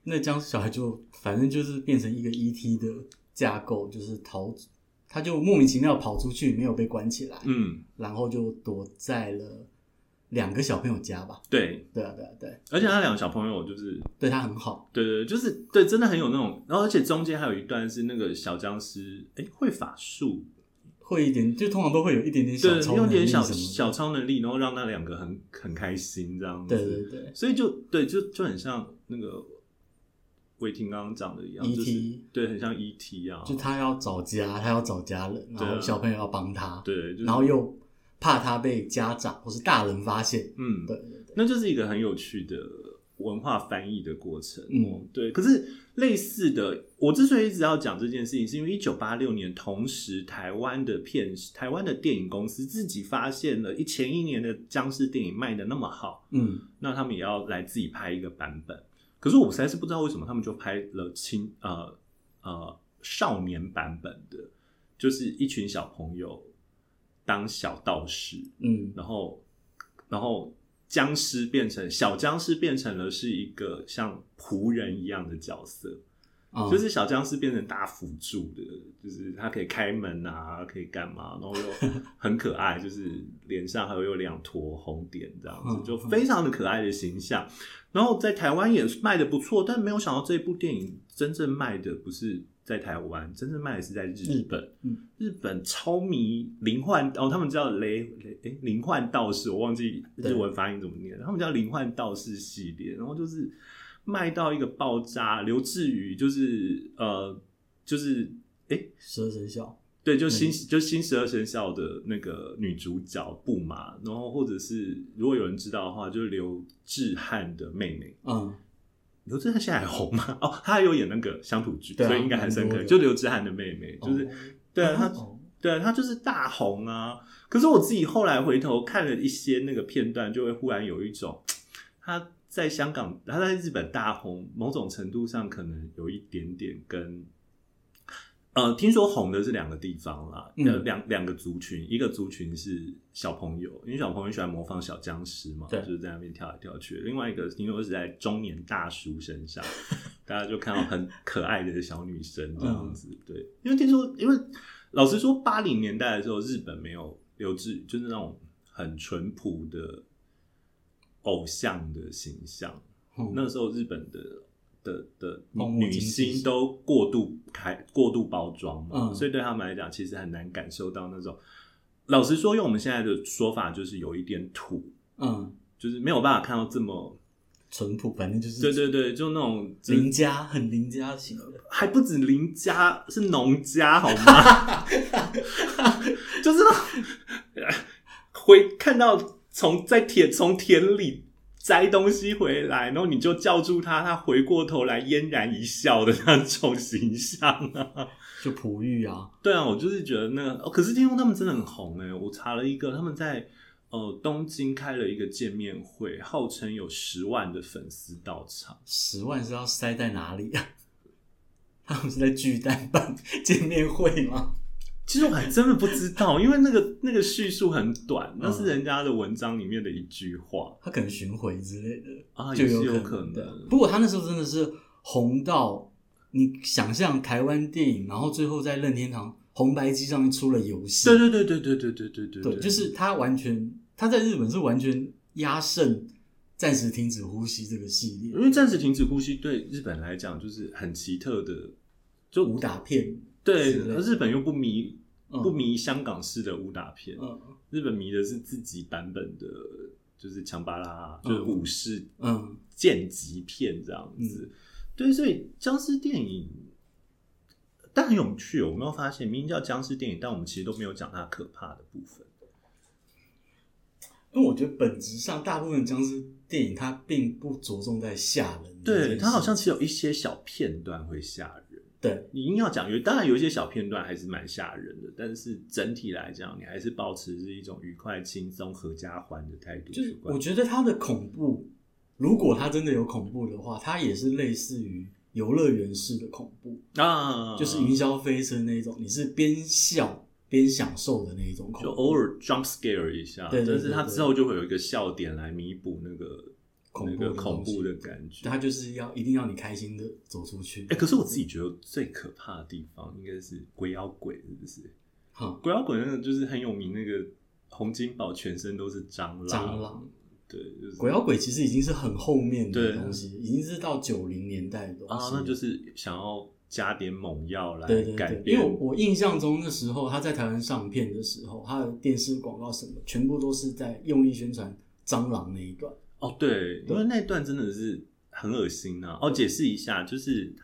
S2: 那僵尸小孩就反正就是变成一个 E.T. 的架构，就是逃，他就莫名其妙跑出去，没有被关起来，
S1: 嗯，
S2: 然后就躲在了两个小朋友家吧？
S1: 对，
S2: 对啊，对啊，对，
S1: 而且他两个小朋友就是，
S2: 对他很好。
S1: 对对，对就是对，真的很有那种。然后而且中间还有一段是那个小僵尸，哎，会法术，
S2: 会一点，就通常都会有一点点小超
S1: 对，
S2: 能
S1: 用
S2: 力
S1: 点
S2: 什
S1: 小
S2: 么的
S1: 小超能力，然后让那两个很很开心这样子。
S2: 对对对
S1: 所以就对，就就很像那个魏婷刚刚讲的一样就是
S2: E.T.
S1: 对，很像 E.T. 啊，
S2: E 就他要找家，他要找家人，
S1: 对
S2: 然
S1: 啊
S2: 后小朋友要帮他，
S1: 对，就是、
S2: 然后又怕他被家长或是大人发现。
S1: 嗯，
S2: 对对对，
S1: 那就是一个很有趣的文化翻译的过程。哦
S2: 嗯，
S1: 对。可是类似的，我之所以一直要讲这件事情，是因为一九八六年，同时台湾的片、台湾的电影公司自己发现了，一前一年的僵尸电影卖的那么好，
S2: 嗯，
S1: 那他们也要来自己拍一个版本。可是我实在是不知道为什么他们就拍了青呃呃少年版本的，就是一群小朋友当小道士，
S2: 嗯，
S1: 然后然后僵尸变成小僵尸变成了是一个像仆人一样的角色，
S2: 啊
S1: 就是小僵尸变成大辅助的，就是他可以开门啊，可以干嘛，然后又很可爱，就是脸上还会有两坨红点这样
S2: 嗯
S1: 子，就非常的可爱的形象。然后在台湾也卖的不错，但没有想到这部电影真正卖的不是。在台湾，真正卖的是在日
S2: 日
S1: 本。
S2: 嗯
S1: 日本超迷灵幻哦，他们叫雷雷诶灵幻道士，我忘记
S2: 对
S1: 日文发音怎么念了，他们叫灵幻道士系列，然后就是卖到一个爆炸。刘志宇就是呃，就是
S2: 十二生肖，
S1: 对，就新、
S2: 嗯
S1: 就新十二生肖的那个女主角布玛，然后或者是如果有人知道的话，就是刘志汉的妹妹。
S2: 嗯，
S1: 刘志汉现在还红吗？哦，她还有演那个乡土剧，
S2: 对啊
S1: 所以应该还深
S2: 很
S1: 刻。
S2: 多的
S1: 就刘志汉的妹妹，就是、对啊，她
S2: 哦
S1: 对啊，他就是大红啊。可是我自己后来回头看了一些那个片段，就会忽然有一种他在香港，他在日本大红，某种程度上可能有一点点跟。呃，听说红的是两个地方啦，
S2: 嗯
S1: 呃，两两个族群，一个族群是小朋友，因为小朋友喜欢模仿小僵尸嘛，
S2: 对
S1: 就是在那边跳来跳去；，另外一个听说是在中年大叔身上，大家就看到很可爱的小女生这样
S2: 嗯
S1: 子。对，因为听说，因为老实说，八零年代的时候，日本没有刘志宇，就是那种很淳朴的偶像的形象。
S2: 嗯
S1: 那时候日本的的的
S2: 泡沫
S1: 女
S2: 经济
S1: 星都过度开过度包装嘛，
S2: 嗯
S1: 所以对他们来讲，其实很难感受到那种。老实说，用我们现在的说法，就是有一点土，
S2: 嗯，
S1: 就是没有办法看到这么
S2: 淳朴，反正就是
S1: 对对对，就那种就是
S2: 邻家很邻家型的，
S1: 还不止邻家，是农家好吗？就是那种回看到从在田从田里摘东西回来，然后你就叫住他，他回过头来嫣然一笑的那种形象啊。
S2: 就璞玉啊，
S1: 对啊，我就是觉得那个，哦可是听说他们真的很红哎、我查了一个，他们在呃东京开了一个见面会，号称有十万的粉丝到场。
S2: 十万是要塞在哪里啊？ 他们是在巨蛋办见面会吗？
S1: 其实我还真的不知道，因为那个那个叙述很
S2: 嗯
S1: 短，那是人家的文章里面的一句话
S2: 他可能巡回之类的，
S1: 啊，
S2: 就
S1: 也是
S2: 有
S1: 可
S2: 能的。
S1: 能。
S2: 不过他那时候真的是红到你想象台湾电影，然后最后在任天堂红白机上面出了游戏，
S1: 对对对对对对对对对
S2: 对，就是他完全他在日本是完全压胜《暂时停止呼吸》这个系
S1: 因
S2: 列
S1: 为暂时停止呼吸对日本来讲就是很奇特的，就
S2: 武打片，
S1: 对
S2: 是的
S1: 日本又不迷
S2: 嗯
S1: 不迷香港式的武打片，
S2: 嗯
S1: 日本迷的是自己版本的，就是强巴拉，就是
S2: 嗯
S1: 武士
S2: 嗯，
S1: 剑击片这样子。对，所以僵尸电影，但很有趣、哦。我没有发现，明明叫僵尸电影，但我们其实都没有讲它可怕的部分。
S2: 因为我觉得本质上大部分僵尸电影它并不着重在吓人这件事，
S1: 对，它好像只有一些小片段会吓人。
S2: 对
S1: 你硬要讲，有当然有一些小片段还是蛮吓人的，但是整体来讲，你还是保持是一种愉快、轻松、合家欢的态度
S2: 就
S1: 去
S2: 是
S1: 观
S2: 我觉得它的恐怖，如果它真的有恐怖的话，它也是类似于游乐园式的恐怖，
S1: 啊，
S2: 就是云霄飞车那一种，你是边笑边享受的那一种恐怖，
S1: 就偶尔 jump scare 一下，
S2: 对对对
S1: 但是它
S2: 对对
S1: 之后就会有一个笑点来弥补那个
S2: 恐怖
S1: 那个
S2: 的
S1: 恐
S2: 东西
S1: 怖的感觉。
S2: 它就是要一定要你开心的走出去。
S1: 哎、可是我自己觉得最可怕的地方应该是鬼咬鬼，是不是？
S2: 好
S1: 鬼咬鬼那个就是很有名，那个洪金宝全身都是蟑螂，
S2: 蟑螂，
S1: 对，就是
S2: 鬼妖鬼其实已经是很后面的
S1: 对
S2: 东西，已经是到九零年代的东
S1: 啊，
S2: 西。
S1: 那就是想要加点猛药来
S2: 哦对对
S1: 改
S2: 对，因
S1: 变，
S2: 为我我印象中那时候他在台湾上片的时候，他的电视广告什么全部都是在用力宣传蟑螂那一段。
S1: 哦，对，因为那段真的是很恶心呐、哦，解释一下，就是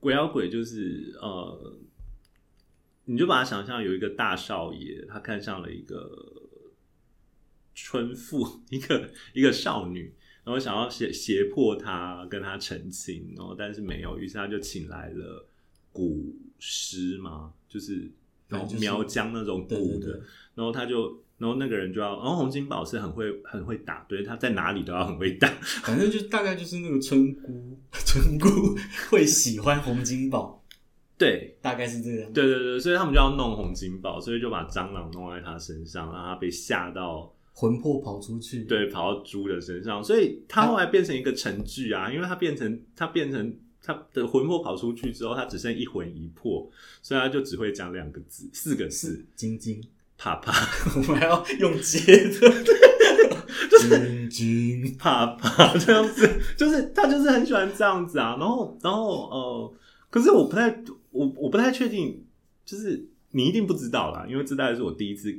S1: 鬼咬鬼，就是呃，你就把它想象有一个大少爷，他看上了一个村妇， 一个一个少女。然后想要胁胁迫他跟他成亲，然后但是没有，于是他就请来了古诗嘛，就是
S2: 对就是
S1: 苗疆那种
S2: 对
S1: 古
S2: 对
S1: 的，
S2: 对，
S1: 然后他就，然后那个人就要，然后洪金宝是很会很会打，对，他在哪里都要很会打，
S2: 反正就大概就是那个村姑， 村姑会喜欢洪金宝，
S1: 对，
S2: 大概是这样。
S1: 对对对，所以他们就要弄洪金宝，所以就把蟑螂弄在他身上，让他被吓到，
S2: 魂魄跑出去。
S1: 对，跑到猪的身上，所以他后来变成一个成剧啊，因为他变成他变成他的魂魄跑出去之后，他只剩一魂一魄，所以他就只会讲两个字，四个字，
S2: 晶晶，
S1: 怕怕
S2: 我们还要用 接的。晶晶，
S1: 怕怕这样子，就是他就是很喜欢这样子啊。然后，然后呃，可是我不太我我不太确定，就是你一定不知道啦，因为这大概是我第一次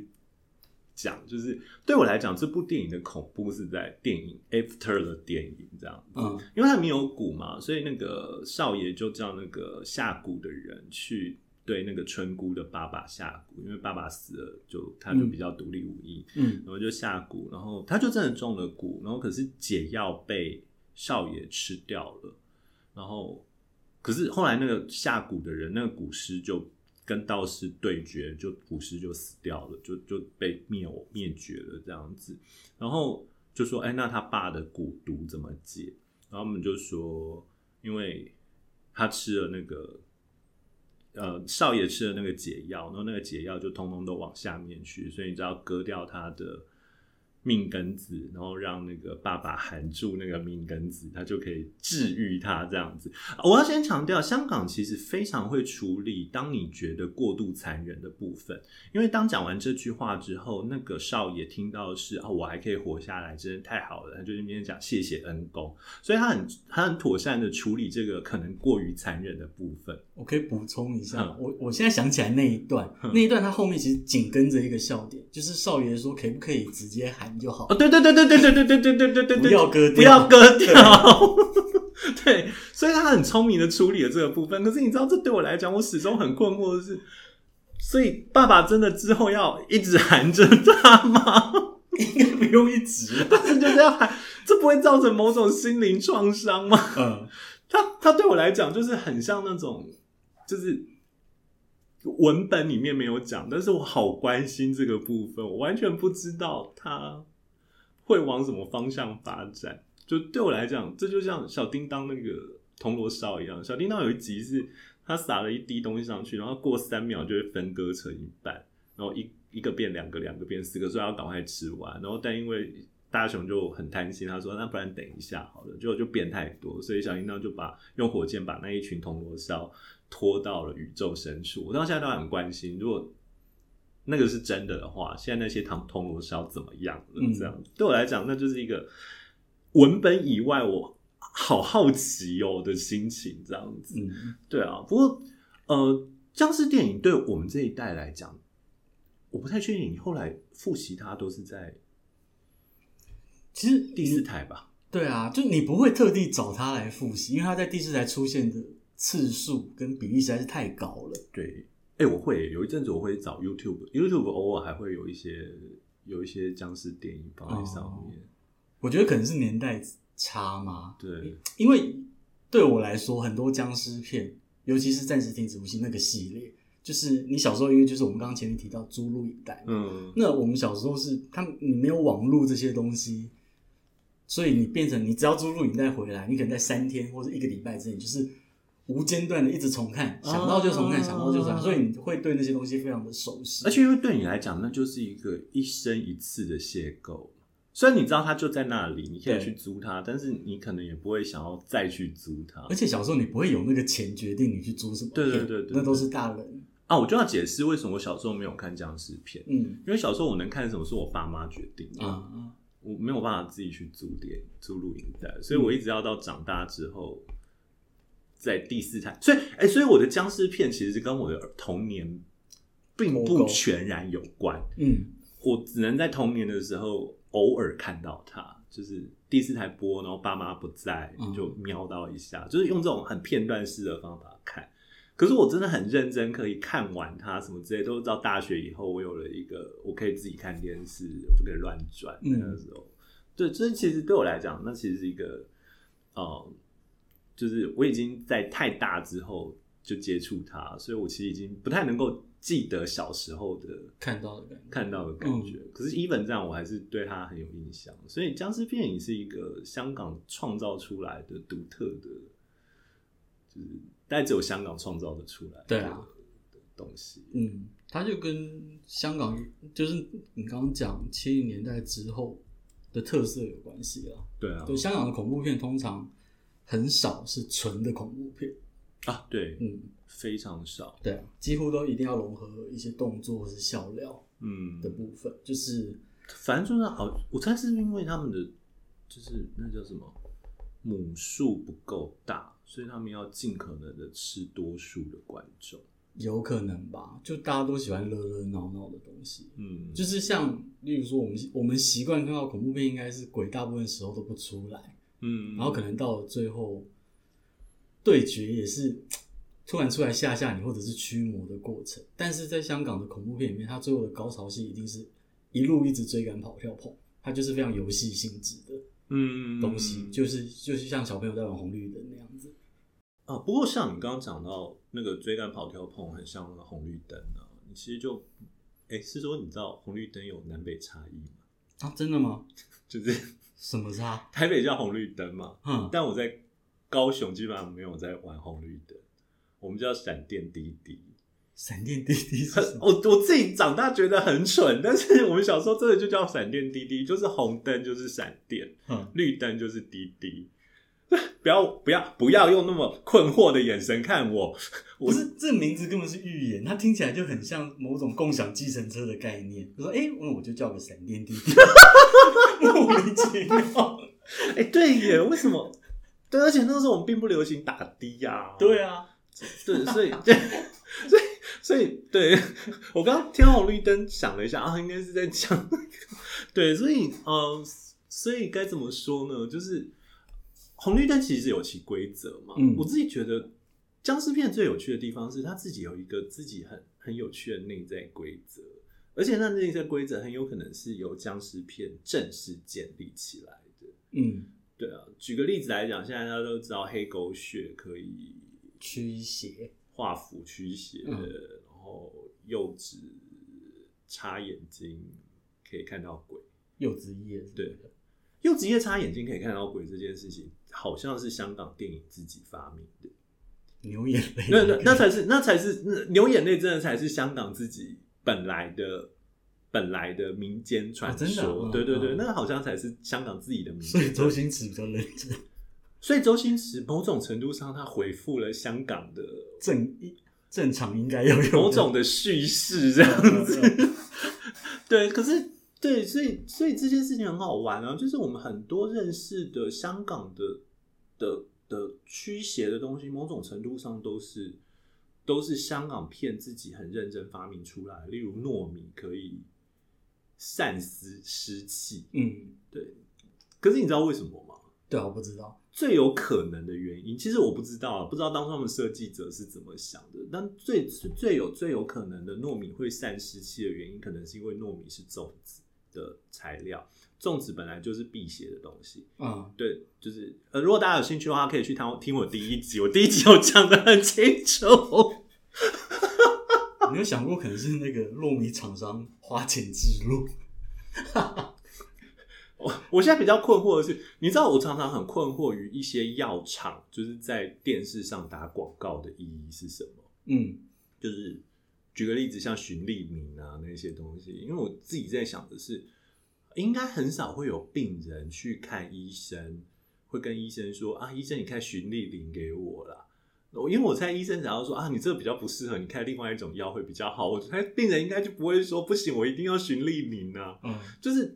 S1: 讲，就是对我来讲，这部电影的恐怖是在电影 after 的电影这样，
S2: 嗯，
S1: 因为它没有鼓嘛，所以那个少爷就叫那个下蛊的人去。对那个村姑的爸爸下蛊，因为爸爸死了，就他就
S2: 嗯
S1: 比较独立无依。
S2: 嗯，
S1: 然后就下蛊，然后他就真的中了蛊，然后可是解药被少爷吃掉了，然后可是后来那个下蛊的人，那个蛊师就跟道士对决，就蛊师就死掉了，就就被灭灭绝了这样子，然后就说，哎，那他爸的蛊毒怎么解？然后我们就说，因为他吃了那个。呃，少爷吃了那个解药，然后那个解药就通通都往下面去，所以你只要割掉他的命根子，然后让那个爸爸含住那个命根子，他就可以治愈他这样子。啊我要先强调，香港其实非常会处理当你觉得过度残忍的部分，因为当讲完这句话之后，那个少爷听到的是啊，我还可以活下来，真的太好了，他就在那边讲谢谢恩公，所以他很他很妥善的处理这个可能过于残忍的部分。
S2: 我可以补充一下，
S1: 嗯
S2: 我我现在想起来那一段，那一段它后面其实紧跟着一个笑点，就是少爷说可不可以直接喊就好
S1: 哦，，对对对对对对对对对对对 对，
S2: 不要割掉
S1: 不要割掉。对，所以他很聪明的处理了这个部分。可是你知道，这对我来讲，我始终很困惑的是，所以爸爸真的之后要一直含着他吗？
S2: 应该不用一直。
S1: 就是要含，这不会造成某种心灵创伤吗？
S2: 嗯，
S1: 他他对我来讲就是很像那种，就是文本里面没有讲，但是我好关心这个部分，我完全不知道他会往什么方向发展。就对我来讲，这就像小叮当那个铜锣烧一样，小叮当有一集是他撒了一滴东西上去，然后过三秒就会分割成一半，然后一一个变两个，两个变四个，所以他要赶快吃完。然后但因为大雄就很贪心，他说那不然等一下好了，结果就变太多，所以小叮当就把用火箭把那一群铜锣烧拖到了宇宙深处。我到现在都很关心，如果那个是真的的话，现在那些糖铜锣烧怎么样了？
S2: 嗯
S1: 这样对我来讲，那就是一个文本以外我。好好奇哦的心情，这样子，
S2: 嗯，
S1: 对啊，不过呃，僵尸电影对我们这一代来讲，我不太确定你后来复习它都是在
S2: 其实
S1: 第四台吧？
S2: 对啊，就你不会特地找他来复习，因为他在第四台出现的次数跟比例实在是太高了。
S1: 对，哎、我会有一阵子我会找 YouTube，YouTube 偶尔还会有一些有一些僵尸电影放在上面。
S2: 我觉得可能是年代差嘛，
S1: 对，
S2: 因为对我来说，很多僵尸片，尤其是《暂时停止呼吸》那个系列，就是你小时候，因为就是我们刚刚前面提到租录影带，
S1: 嗯，
S2: 那我们小时候是他们你没有网络这些东西，所以你变成你只要租录影带回来，你可能在三天或者一个礼拜之内，你就是无间断的一直重看，想到就重看，
S1: 啊
S2: 想到就重看，所以你会对那些东西非常的熟悉。
S1: 而且因为对你来讲，那就是一个一生一次的邂逅。虽然你知道它就在那里，你可以
S2: 对
S1: 去租它，但是你可能也不会想要再去租它。
S2: 而且小时候你不会有那个钱决定你去租什么片，
S1: 对对对对
S2: 那都是大人。
S1: 啊，我就要解释为什么我小时候没有看僵尸片。
S2: 嗯
S1: 因为小时候我能看什么是我爸妈决定的，
S2: 啊，
S1: 我没有办法自己去租碟、租录音带，
S2: 嗯
S1: 所以我一直要到长大之后，在第四台，所以哎、所以我的僵尸片其实是跟我的童年并
S2: 脱
S1: 不
S2: 钩
S1: 全然有关，
S2: 嗯，
S1: 我只能在童年的时候偶尔看到它，就是第四台播，然后爸妈不在
S2: 嗯
S1: 就瞄到一下，就是用这种很片段式的方法看。可是我真的很认真，可以看完它什么之类，都到大学以后，我有了一个我可以自己看电视，我就可以乱转。
S2: 嗯
S1: 那个时候，对，这其实对我来讲，那其实是一个，呃，就是我已经在太大之后就接触它，所以我其实已经不太能够记得小时候的
S2: 看到的感觉，
S1: 看到的
S2: 嗯
S1: 感觉。可是 even 这样，我还是对它很有印象。所以僵尸片影是一个香港创造出来的独特的，就是但只有香港创造的出来的
S2: 对啊
S1: 的东西。
S2: 嗯，它就跟香港就是你刚刚讲七零年代之后的特色有关系啦。
S1: 对啊，
S2: 对，香港的恐怖片通常很少是纯的恐怖片，
S1: 啊，对，
S2: 嗯，
S1: 非常少。
S2: 对啊，几乎都一定要融合一些动作或是笑料
S1: 嗯
S2: 的，部分，就是
S1: 反正就是好，我猜是因为他们的就是那叫什么母数不够大，所以他们要尽可能的吃多数的观众。
S2: 有可能吧，就大家都喜欢热热闹闹的东西，
S1: 嗯，
S2: 就是像例如说我们我们习惯看到恐怖片，应该是鬼大部分时候都不出来，
S1: 嗯，
S2: 然后可能到了最后对决也是突然出来吓吓你，或者是驱魔的过程。但是在香港的恐怖片里面，它最后的高潮戏一定是一路一直追赶跑跳跑，它就是非常游戏性质的
S1: 嗯
S2: 东西，就是就是像小朋友在玩红绿灯那样子。
S1: 啊，不过像你刚刚讲到那个追赶跑跳碰，很像那个红绿灯啊。你其实就，哎，是说你知道红绿灯有南北差异吗？
S2: 啊，真的吗？
S1: 就是
S2: 什么差？
S1: 台北叫红绿灯嘛，
S2: 哼，
S1: 但我在高雄基本上没有在玩红绿灯，我们叫闪电滴滴。
S2: 闪电滴滴是
S1: 很
S2: 什么？
S1: 我我自己长大觉得很蠢，但是我们小时候真的就叫闪电滴滴，就是红灯就是闪电，
S2: 哼，
S1: 绿灯就是滴滴。 不要不要不要用那么困惑的眼神看我，我
S2: 不是，这名字根本是预言，它听起来就很像某种共享计程车的概念。我说，哎、那我就叫个闪电滴滴， 莫名其妙。
S1: 哎、对耶，为什么？对，而且那时候我们并不流行打的呀、
S2: 对
S1: 啊，
S2: 啊，
S1: 对，所以，对，所以，所以，对我刚刚听到红绿灯，想了一下啊，应该是在讲，对，所以，呃，所以该怎么说呢？就是红绿灯其实有其规则嘛。
S2: 嗯
S1: 我自己觉得僵尸片最有趣的地方是它自己有一个自己很很有趣的内在规则，而且那内在规则很有可能是由僵尸片正式建立起来的。
S2: 嗯，
S1: 对啊，举个例子来讲，现在大家都知道黑狗血可以
S2: 驱邪，
S1: 画符驱邪，
S2: 嗯
S1: 然后柚子插眼睛可以看到鬼，
S2: 柚子叶，
S1: 对，柚子叶插眼睛可以看到鬼这件事情，好像是香港电影自己发明的。
S2: 牛眼泪，
S1: 那那那才是那才是那牛眼泪，真的才是香港自己本来的本来的民间传
S2: 哦真的啊
S1: 说。
S2: 嗯
S1: 对对对，
S2: 嗯
S1: 那好像才是香港自己的民间
S2: 所
S1: 传
S2: 以
S1: 说。
S2: 周星驰比较认真，
S1: 所以周星驰某种程度上，他回复了香港的
S2: 正正常应该要有的
S1: 某种的叙事，这样子。嗯对，可是对，所以所以这件事情很好玩啊，就是我们很多认识的香港的的的驱邪的东西，某种程度上都是都是香港片自己很认真发明出来的，例如糯米可以散湿湿气，
S2: 嗯，
S1: 对。可是你知道为什么吗？
S2: 对啊，我不知道，
S1: 最有可能的原因，其实我不知道啊，不知道当初他们设计者是怎么想的。但最最有最有可能的糯米会散湿气的原因，可能是因为糯米是粽子的材料，粽子本来就是辟邪的东西。
S2: 嗯，
S1: 对，就是呃，如果大家有兴趣的话，可以去听我听我第一集，我第一集有讲的很清楚。
S2: 你有想过可能是那个糯米厂商花钱植入，
S1: 我我现在比较困惑的是，你知道我常常很困惑于一些药厂就是在电视上打广告的意义是什么。
S2: 嗯
S1: 就是举个例子，像循利宁啊那些东西，因为我自己在想的是，应该很少会有病人去看医生，会跟医生说啊，医生你开循利宁给我啦。我因为我猜医生想要说啊，你这个比较不适合，你开另外一种药会比较好。我猜病人应该就不会说不行，我一定要循利宁啊。
S2: 嗯，
S1: 就是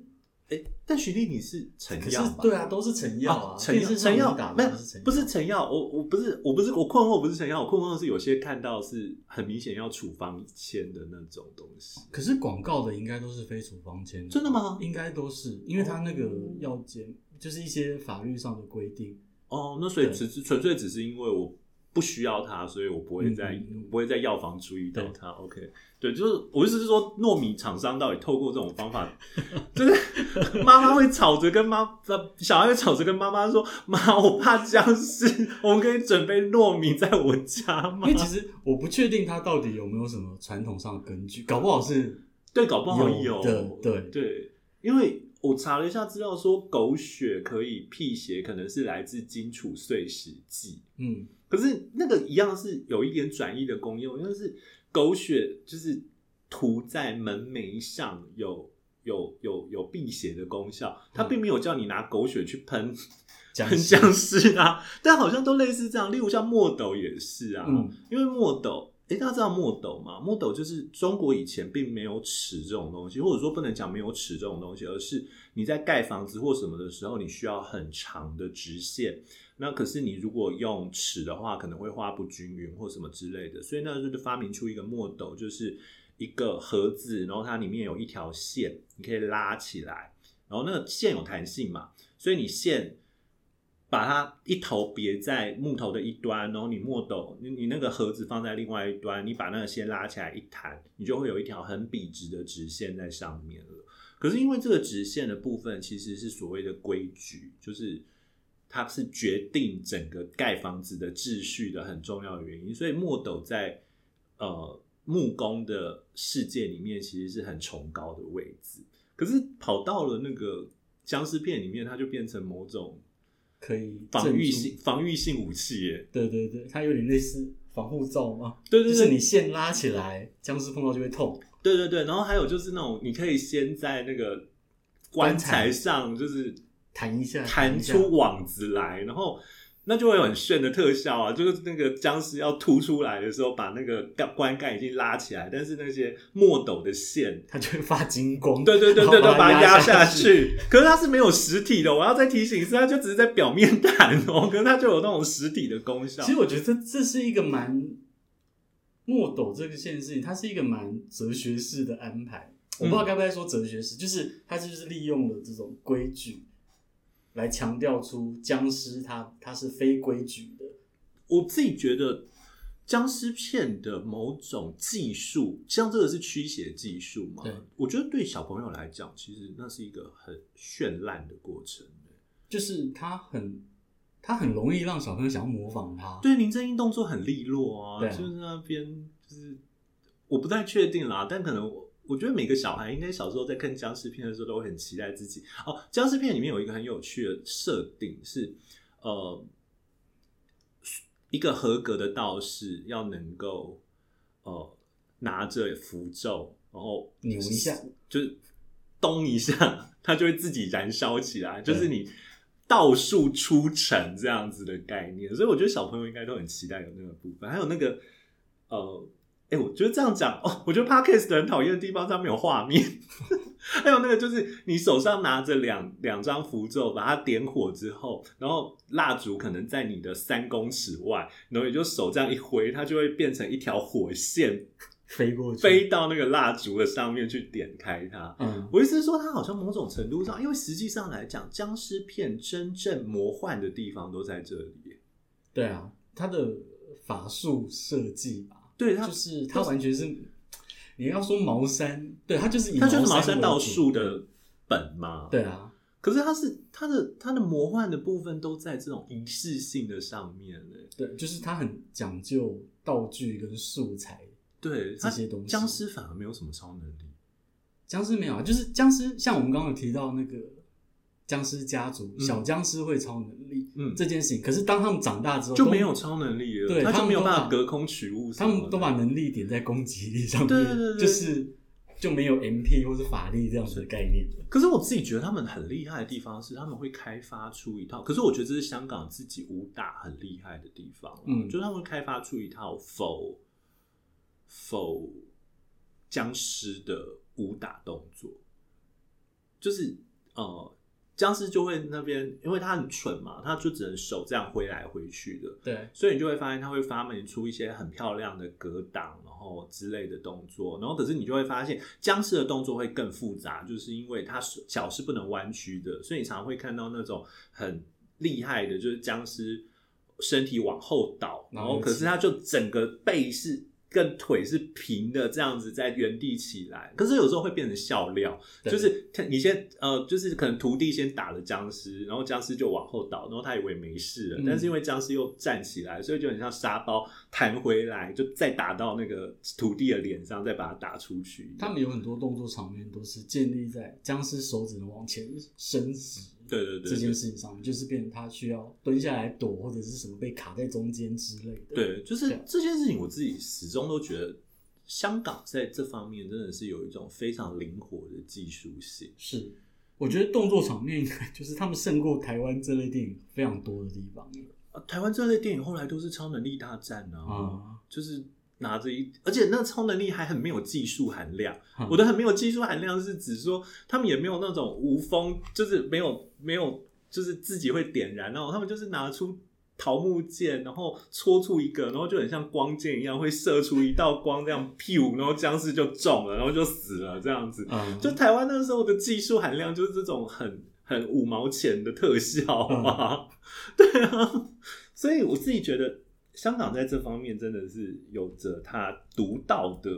S1: 哎，但徐丽你是陈
S2: 可是
S1: 耀吧？哦
S2: 对啊，都是成药啊，
S1: 陈
S2: 电视上
S1: 陈耀
S2: 你打
S1: 没
S2: 的
S1: 有
S2: 都是成
S1: 不是陈耀，我我不是我不是我困惑不是陈耀，我困惑的是有些看到是很明显要处方签的那种东西。
S2: 可是广告的应该都是非处方签，
S1: 真的吗
S2: 应该都是，因为他那个要检，就是一些法律上的规定。
S1: 哦，那所以
S2: 对
S1: 只是纯粹只是因为我不需要它，所以我不会在、
S2: 嗯嗯嗯
S1: 不会在药房注意到
S2: 对
S1: 它。OK，对，就是我意思是说，糯米厂商到底透过这种方 法，就是妈妈会吵着跟妈呃小孩会吵着跟妈妈说：“妈，我怕僵尸，我们可以准备糯米在我家吗
S2: 因为其实我不确定他到底有没有什么传统上的根据，搞不好是？”
S1: 对，搞不好
S2: 有的对
S1: 对，因为。我查了一下资料，说狗血可以辟邪，可能是来自荆楚碎石记。
S2: 嗯，
S1: 可是那个一样是有一点转移的功用，因为是狗血就是涂在门楣上有有有有辟邪的功效，它并没有叫你拿狗血去喷
S2: 讲
S1: 喷僵尸啊，但好像都类似这样，例如像墨斗也是啊，
S2: 嗯
S1: 因为墨斗。诶，大家知道墨斗吗？墨斗就是中国以前并没有尺这种东西，或者说不能讲没有尺这种东西，而是你在盖房子或什么的时候，你需要很长的直线，那可是你如果用尺的话，可能会画不均匀或什么之类的，所以那就是发明出一个墨斗，就是一个盒子，然后它里面有一条线，你可以拉起来，然后那个线有弹性嘛，所以你线把它一头别在木头的一端，然后你墨斗，你你那个盒子放在另外一端，你把那个线拉起来一弹，你就会有一条很笔直的直线在上面了。可是因为这个直线的部分其实是所谓的规矩，就是它是决定整个盖房子的秩序的很重要的原因。所以墨斗在呃木工的世界里面其实是很崇高的位置，可是跑到了那个僵尸片里面，它就变成某种
S2: 可以
S1: 防御
S2: 镇住
S1: 性防御性武器耶。
S2: 对对对，它有点类似防护罩嘛，
S1: 对
S2: 就
S1: 对
S2: 是
S1: 对，
S2: 你线拉起来，僵尸碰到就会痛。
S1: 对对对，然后还有就是那种你可以先在那个棺材上就是
S2: 弹一下
S1: 弹
S2: 弹一
S1: 出
S2: 下
S1: 网子来，然后那就会有很炫的特效啊，就是那个僵尸要凸出来的时候，把那个盖棺盖已经拉起来，但是那些墨斗的线。
S2: 它就会发金光，
S1: 对对对对，
S2: 然
S1: 对，
S2: 后
S1: 把它
S2: 它
S1: 压下。
S2: 下
S1: 去。可是它是没有实体的，我要再提醒一次，它就只是在表面弹 哦，可是它就有那种实体的功效。
S2: 其实我觉得这这是一个蛮墨斗这个件事情，它是一个蛮哲学式的安排。我
S1: 嗯
S2: 不知道该不该说哲学式，就是它就是利用了这种规矩来强调出僵尸它它是非规矩的。
S1: 我自己觉得僵尸片的某种技术，像这个是驱邪技术嘛
S2: 对，
S1: 我觉得对小朋友来讲，其实那是一个很绚烂的过程。
S2: 就是它很它很容易让小朋友想要模仿它。
S1: 对，林正英动作很利落啊，
S2: 啊对啊
S1: 就是那边就是我不太确定啦，但可能我我觉得每个小孩应该小时候在看僵尸片的时候都会很期待自己哦。僵尸片里面有一个很有趣的设定是，呃，一个合格的道士要能够呃拿着符咒，然后
S2: 扭一下，
S1: 就是咚一下， 它就会自己燃烧起来，就
S2: 对
S1: 是你道术出尘这样子的概念。所以我觉得小朋友应该都很期待有那个部分，还有那个呃，哎、我觉得这样讲哦，我觉得 podcast 很讨厌的地方，它没有画面。 还有那个就是你手上拿着两两张符咒，把它点火之后，然后蜡烛可能在你的三公尺外，然后你就手这样一挥，它就会变成一条火线
S2: 飞过去，
S1: 飞到那个蜡烛的上面去点开它。
S2: 嗯，
S1: 我意思是说，它好像某种程度上，因为实际上来讲，僵尸片真正魔幻的地方都在这里。
S2: 对啊，它的法术设计吧，
S1: 对，啊它
S2: 就是它完全是你要说茅山，对，它就是以
S1: 它就是茅
S2: 山
S1: 山
S2: 为
S1: 道
S2: 主
S1: 术，的本嘛。
S2: 对啊，
S1: 可是它是它的它的魔幻的部分都在这种仪式性的上面呢。
S2: 对，就是它很讲究道具跟素材。
S1: 对，它
S2: 这些东西
S1: 僵尸反而没有什么超能力。
S2: 僵尸没有啊，就是僵尸，像我们刚刚有提到那个僵尸家族，
S1: 嗯
S2: 小僵尸会超能力
S1: 嗯，
S2: 这件事情，可是当他们长大之后
S1: 就
S2: 都
S1: 没有超能力了，
S2: 对
S1: 它
S2: 他
S1: 就
S2: 们
S1: 没有
S2: 都
S1: 办法
S2: 把
S1: 隔空取物什
S2: 他
S1: 么的。
S2: 们都把能力点在攻击力上面，
S1: 对对对对
S2: 就是就没有 MP 或是法力这样子的概念了。
S1: 可是我自己觉得他们很厉害的地方是，他们会开发出一套。可是我觉得这是香港自己武打很厉害的地方啦，
S2: 嗯
S1: 就是他们会开发出一套否否僵尸的武打动作，就是呃，僵尸就会那边，因为它很蠢嘛，它就只能手这样挥来挥去的，
S2: 对，
S1: 所以你就会发现它会发明出一些很漂亮的格挡，然后之类的动作，然后可是你就会发现僵尸的动作会更复杂，就是因为它是脚是不能弯曲的，所以你常常会看到那种很厉害的，就是僵尸身体往后倒，
S2: 嗯
S1: 然后可是它就整个背是。跟腿是平的，这样子在原地起来，可是有时候会变成笑料，
S2: 对
S1: 就是他你先呃，就是可能徒弟先打了僵尸，然后僵尸就往后倒，然后他以为没事了，
S2: 嗯
S1: 但是因为僵尸又站起来，所以就很像沙包弹回来，就再打到那个徒弟的脸上，再把他打出去。
S2: 他们有很多动作场面都是建立在僵尸手指能往前伸直
S1: 对对对对
S2: 这件事情上面，就是变成他需要蹲下来躲或者是什么被卡在中间之类的。
S1: 对，就是
S2: 对
S1: 这件事情，我自己始终都觉得香港在这方面真的是有一种非常灵活的技术性。
S2: 是，我觉得动作场面 就是他们胜过台湾这类电影非常多的地方
S1: 啊台湾这类电影后来都是超能力大战啊。
S2: 啊。
S1: 就是拿着一，而且那个超能力还很没有技术含量。
S2: 嗯
S1: 我的很没有技术含量是指说，他们也没有那种无风，就是没有没有，就是自己会点燃，然后他们就是拿出。桃木剑，然后戳出一个，然后就很像光剑一样，会射出一道光，这样噗，然后僵尸就中了，然后就死了，这样子。
S2: 嗯，
S1: 就台湾那时候的技术含量就是这种很很五毛钱的特效
S2: 嗯
S1: 啊， 对啊，所以我自己觉得香港在这方面真的是有着它独到的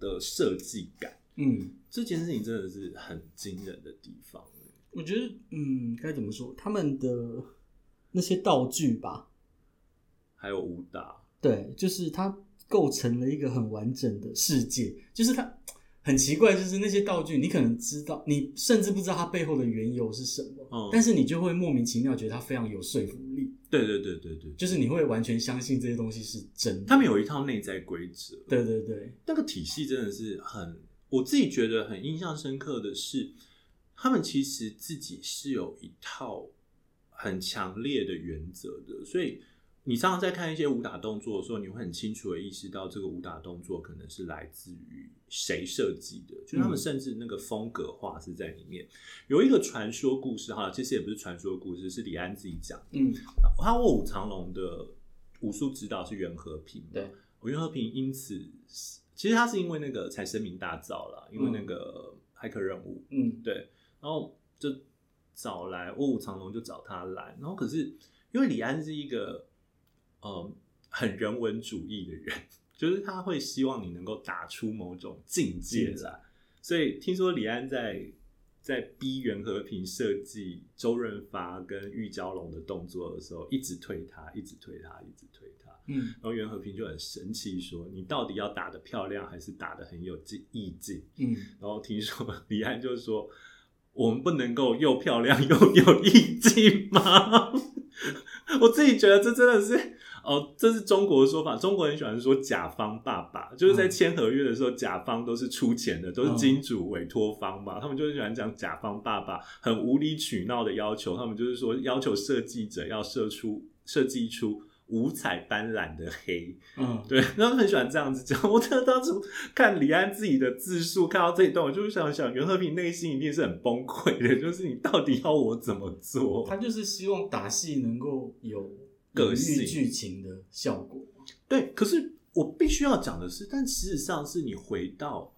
S1: 的设计感，
S2: 嗯，
S1: 这件事情真的是很惊人的地方。
S2: 我觉得嗯，该怎么说？他们的那些道具吧，
S1: 还有武打，
S2: 对，就是它构成了一个很完整的世界。就是它很奇怪，就是那些道具，你可能知道，你甚至不知道它背后的缘由是什么，
S1: 嗯
S2: 但是你就会莫名其妙觉得它非常有说服力，
S1: 对对对对对，
S2: 就是你会完全相信这些东西是真的。
S1: 他们有一套内在规则，
S2: 对对对，
S1: 那个体系真的是很，我自己觉得很印象深刻的是，他们其实自己是有一套很强烈的原则的，所以你常常在看一些武打动作的时候，你会很清楚的意识到这个武打动作可能是来自于谁设计的，就是他们
S2: 嗯
S1: 甚至那个风格化是在里面。有一个传说故事哈，其实也不是传说故事，是李安自己讲的，
S2: 嗯，
S1: 他《卧虎藏龙》的武术指导是袁和平，哦
S2: 对，
S1: 袁和平因此是其实他是因为那个才声名大噪啦，因为那个骇客任务，
S2: 嗯，
S1: 对，然后就找来《卧虎藏龙》就找他来，然后可是因为李安是一个呃很人文主义的人， 就是他会希望你能够打出某种境界
S2: 境界
S1: 来，所以听说李安在。在逼袁和平设计周润发跟玉娇龙的动作的时候，一直推他，一直推他，一直推他。
S2: 嗯，
S1: 然后袁和平就很生气说：“你到底要打得漂亮，还是打得很有技意境
S2: 嗯，？”
S1: 然后听说李安就说：“我们不能够又漂亮又有意境吗？” 我自己觉得这真的是哦，这是中国的说法。中国人喜欢说甲方爸爸，就是在
S2: 嗯
S1: 签合约的时候，甲方都是出钱的，都是
S2: 嗯
S1: 金主委托方嘛。他们就是喜欢讲甲方爸爸很无理取闹的要求，他们就是说要求设计者要设出设计出五彩斑斓的黑。
S2: 嗯，
S1: 对，他们很喜欢这样子讲。 我真的当初看李安自己的自述，看到这一段，我就是想想袁和平内心一定是很崩溃的， 就是你到底要我怎么做
S2: 他？就是希望打戏能够有
S1: 个
S2: 隐喻
S1: 性
S2: 剧情的效果。
S1: 对，可是我必须要讲的是，但事实上是你回到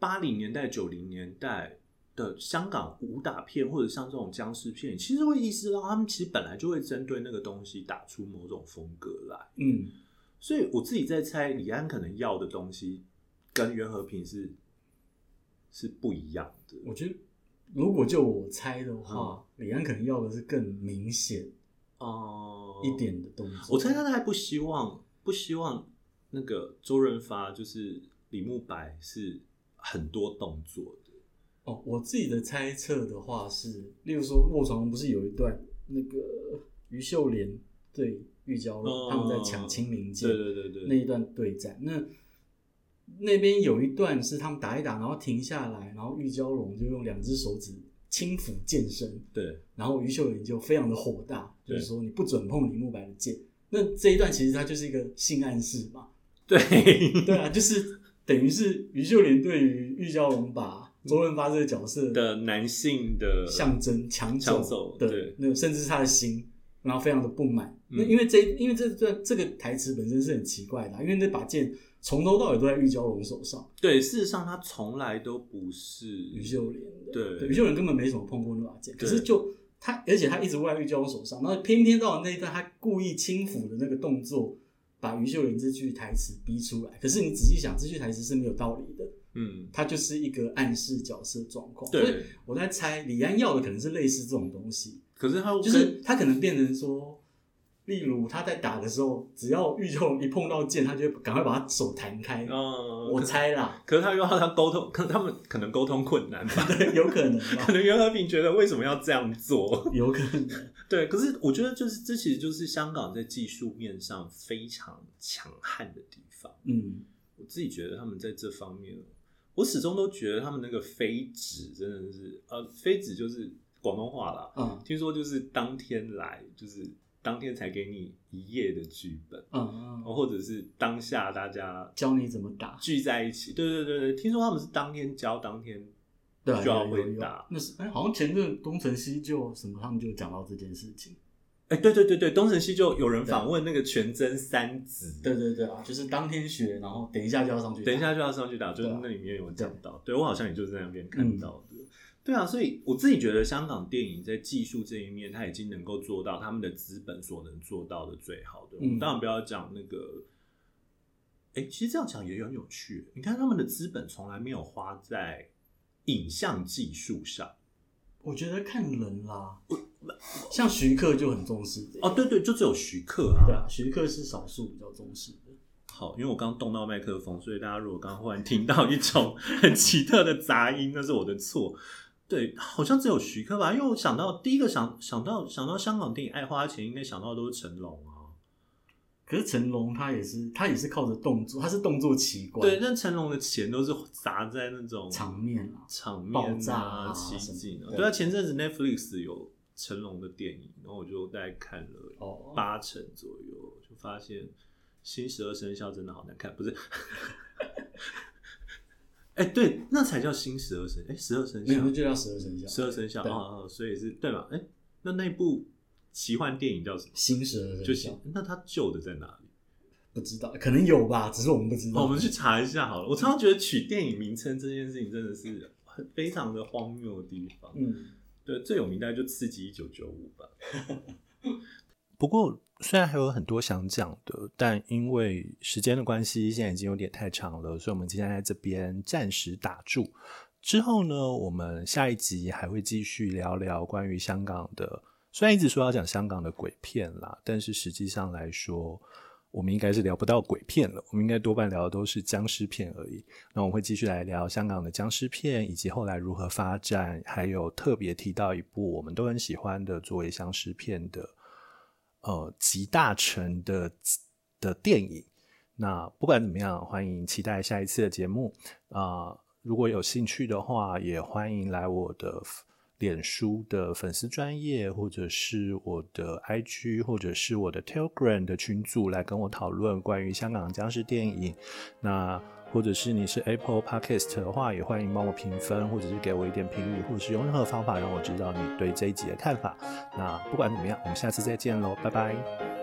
S1: 八零年代、九零年代的香港武打片，或者像这种僵尸片，其实会意识到他们其实本来就会针对那个东西打出某种风格来。
S2: 嗯，
S1: 所以我自己在猜，李安可能要的东西跟袁和平是是不一样的。
S2: 我觉得如果就我猜的
S1: 嗯
S2: 话，李安可能要的是更明显
S1: 哦、
S2: 一，点的动作。
S1: 我猜他还不希望不希望那个周润发就是李慕白是很多动作的。
S2: 哦，我自己的猜测的话是，例如说卧床不是有一段那个于秀莲对玉娇龙、
S1: 哦
S2: 他们在抢清明剑
S1: 对对对对，
S2: 那一段对战，那那边有一段是他们打一打，然后停下来，然后玉娇龙就用两只手指轻抚剑身，
S1: 对
S2: 然后于秀莲就非常的火大，就
S1: 对
S2: 是说你不准碰李慕白的剑。那这一段其实它就是一个性暗示嘛，
S1: 对
S2: 对啊，就是等于是于秀莲对于玉娇龙把周润发这个角色
S1: 的男性的
S2: 象征抢
S1: 抢走
S2: 走的
S1: 对
S2: 那个，甚至他的心，然后非常的不满。
S1: 嗯
S2: 那因为这因为这段这个台词本身是很奇怪的啊、因为那把剑从头到尾都在玉娇龙手上，
S1: 对，事实上他从来都不是
S2: 于秀莲的。
S1: 对
S2: 于秀莲根本没怎么碰过那把剑，可
S1: 对
S2: 是就他，而且他一直握在玉娇龙手上，然后偏偏到了那一段，他故意轻抚的那个动作，把于秀莲这句台词逼出来。可是你仔细想，这句台词是没有道理的，
S1: 嗯，
S2: 它就是一个暗示角色状况。所以
S1: 对。
S2: 我在猜李安要的可能是类似这种东西，
S1: 可是他
S2: 就是他可能变成说，例如他在打的时候，只要玉秀龙一碰到剑，他就会赶快把他手弹开。
S1: 跟嗯，
S2: 我猜啦，
S1: 可是他又让他沟通，可他们可能沟通困难吧？
S2: 对，有可能
S1: 可
S2: 吧，
S1: 能袁和平觉得为什么要这样做？
S2: 有可能。
S1: 对，可是我觉得就是这其实就是香港在技术面上非常强悍的地方。
S2: 嗯，
S1: 我自己觉得他们在这方面，我始终都觉得他们那个飞纸真的是，呃，飞纸就是广东话啦，
S2: 啊
S1: 听说就是当天来，就是当天才给你一页的剧本，
S2: 啊啊！
S1: 或者是当下大家
S2: 教你怎么打，
S1: 聚在一起。对对对对，听说他们是当天教，当天
S2: 对啊，
S1: 就要
S2: 有有
S1: 会
S2: 有
S1: 打。
S2: 那是哎，好像前阵东成西就什么，他们就讲到这件事情。
S1: 哎，对对对对，东成西就有人访问那个全真三子，
S2: 对对对啊，就是当天学，然后等一下就要上去。
S1: 等一下，就要上去打，就是
S2: 对嗯啊
S1: 那里面有讲到，对我好像也就是在那边看到的。对啊，所以我自己觉得香港电影在技术这一面，它已经能够做到他们的资本所能做到的最好的。我们
S2: 嗯
S1: 当然不要讲那个，哎、其实这样讲也很有趣。你看他们的资本从来没有花在影像技术上。
S2: 我觉得看人啦，像徐克就很重视这个
S1: 哦，对对，就只有徐克啊。
S2: 对啊，徐克是少数比较重视的。
S1: 好，因为我刚动到麦克风，所以大家如果刚忽然听到一种很奇特的杂音，那是我的错。对，好像只有徐克吧，因为我想到第一个想想到想到香港电影爱花钱，应该想到的都是成龙啊。
S2: 可是成龙他也是，他也是靠着动作，他是动作奇观，
S1: 对，但成龙的钱都是砸在那种
S2: 场面啊，
S1: 场面
S2: 爆炸
S1: 啊、
S2: 啊
S1: 奇
S2: 什么
S1: 景啊。
S2: 的
S1: 对啊，前阵子 Netflix 有成龙的电影，然后我就大概看了
S2: 哦
S1: 八成左右，就发现《新十二生肖》真的好难看，不是？ 哎、对，那才叫新十二生，哎、十二生
S2: 没有那
S1: 肖，
S2: 就叫十二生肖，
S1: 十二生肖
S2: 对
S1: 啊、哦，所以是对吧？哎、那那部奇幻电影叫什么？
S2: 新十二
S1: 就
S2: 生
S1: 行
S2: 肖，，
S1: 那它旧的在哪里？
S2: 不知道，可能有吧，只是我们不知道。
S1: 哦我们去查一下好了。我常常觉得取电影名称这件事情真的是很非常的荒谬的地方。
S2: 嗯，
S1: 对，最有名大概就《刺激一九九五》吧。 不过虽然还有很多想讲的，但因为时间的关系，现在已经有点太长了，所以我们今天在这边暂时打住。之后呢，我们下一集还会继续聊聊关于香港的。虽然一直说要讲香港的鬼片啦，但是实际上来说，我们应该是聊不到鬼片了，我们应该多半聊的都是僵尸片而已。那我们会继续来聊香港的僵尸片，以及后来如何发展，还有特别提到一部我们都很喜欢的作为僵尸片的，呃，集大成的的电影。那不管怎么样，欢迎期待下一次的节目啊、如果有兴趣的话，也欢迎来我的脸书的粉丝专业，或者是我的 IG，或者是我的 Telegram 的群组来跟我讨论关于香港僵尸电影。那或者是你是 Apple Podcast 的话，也欢迎帮我评分，或者是给我一点评语，或者是用任何方法让我知道你对这一集的看法。那不管怎么样，我们下次再见喽，拜拜。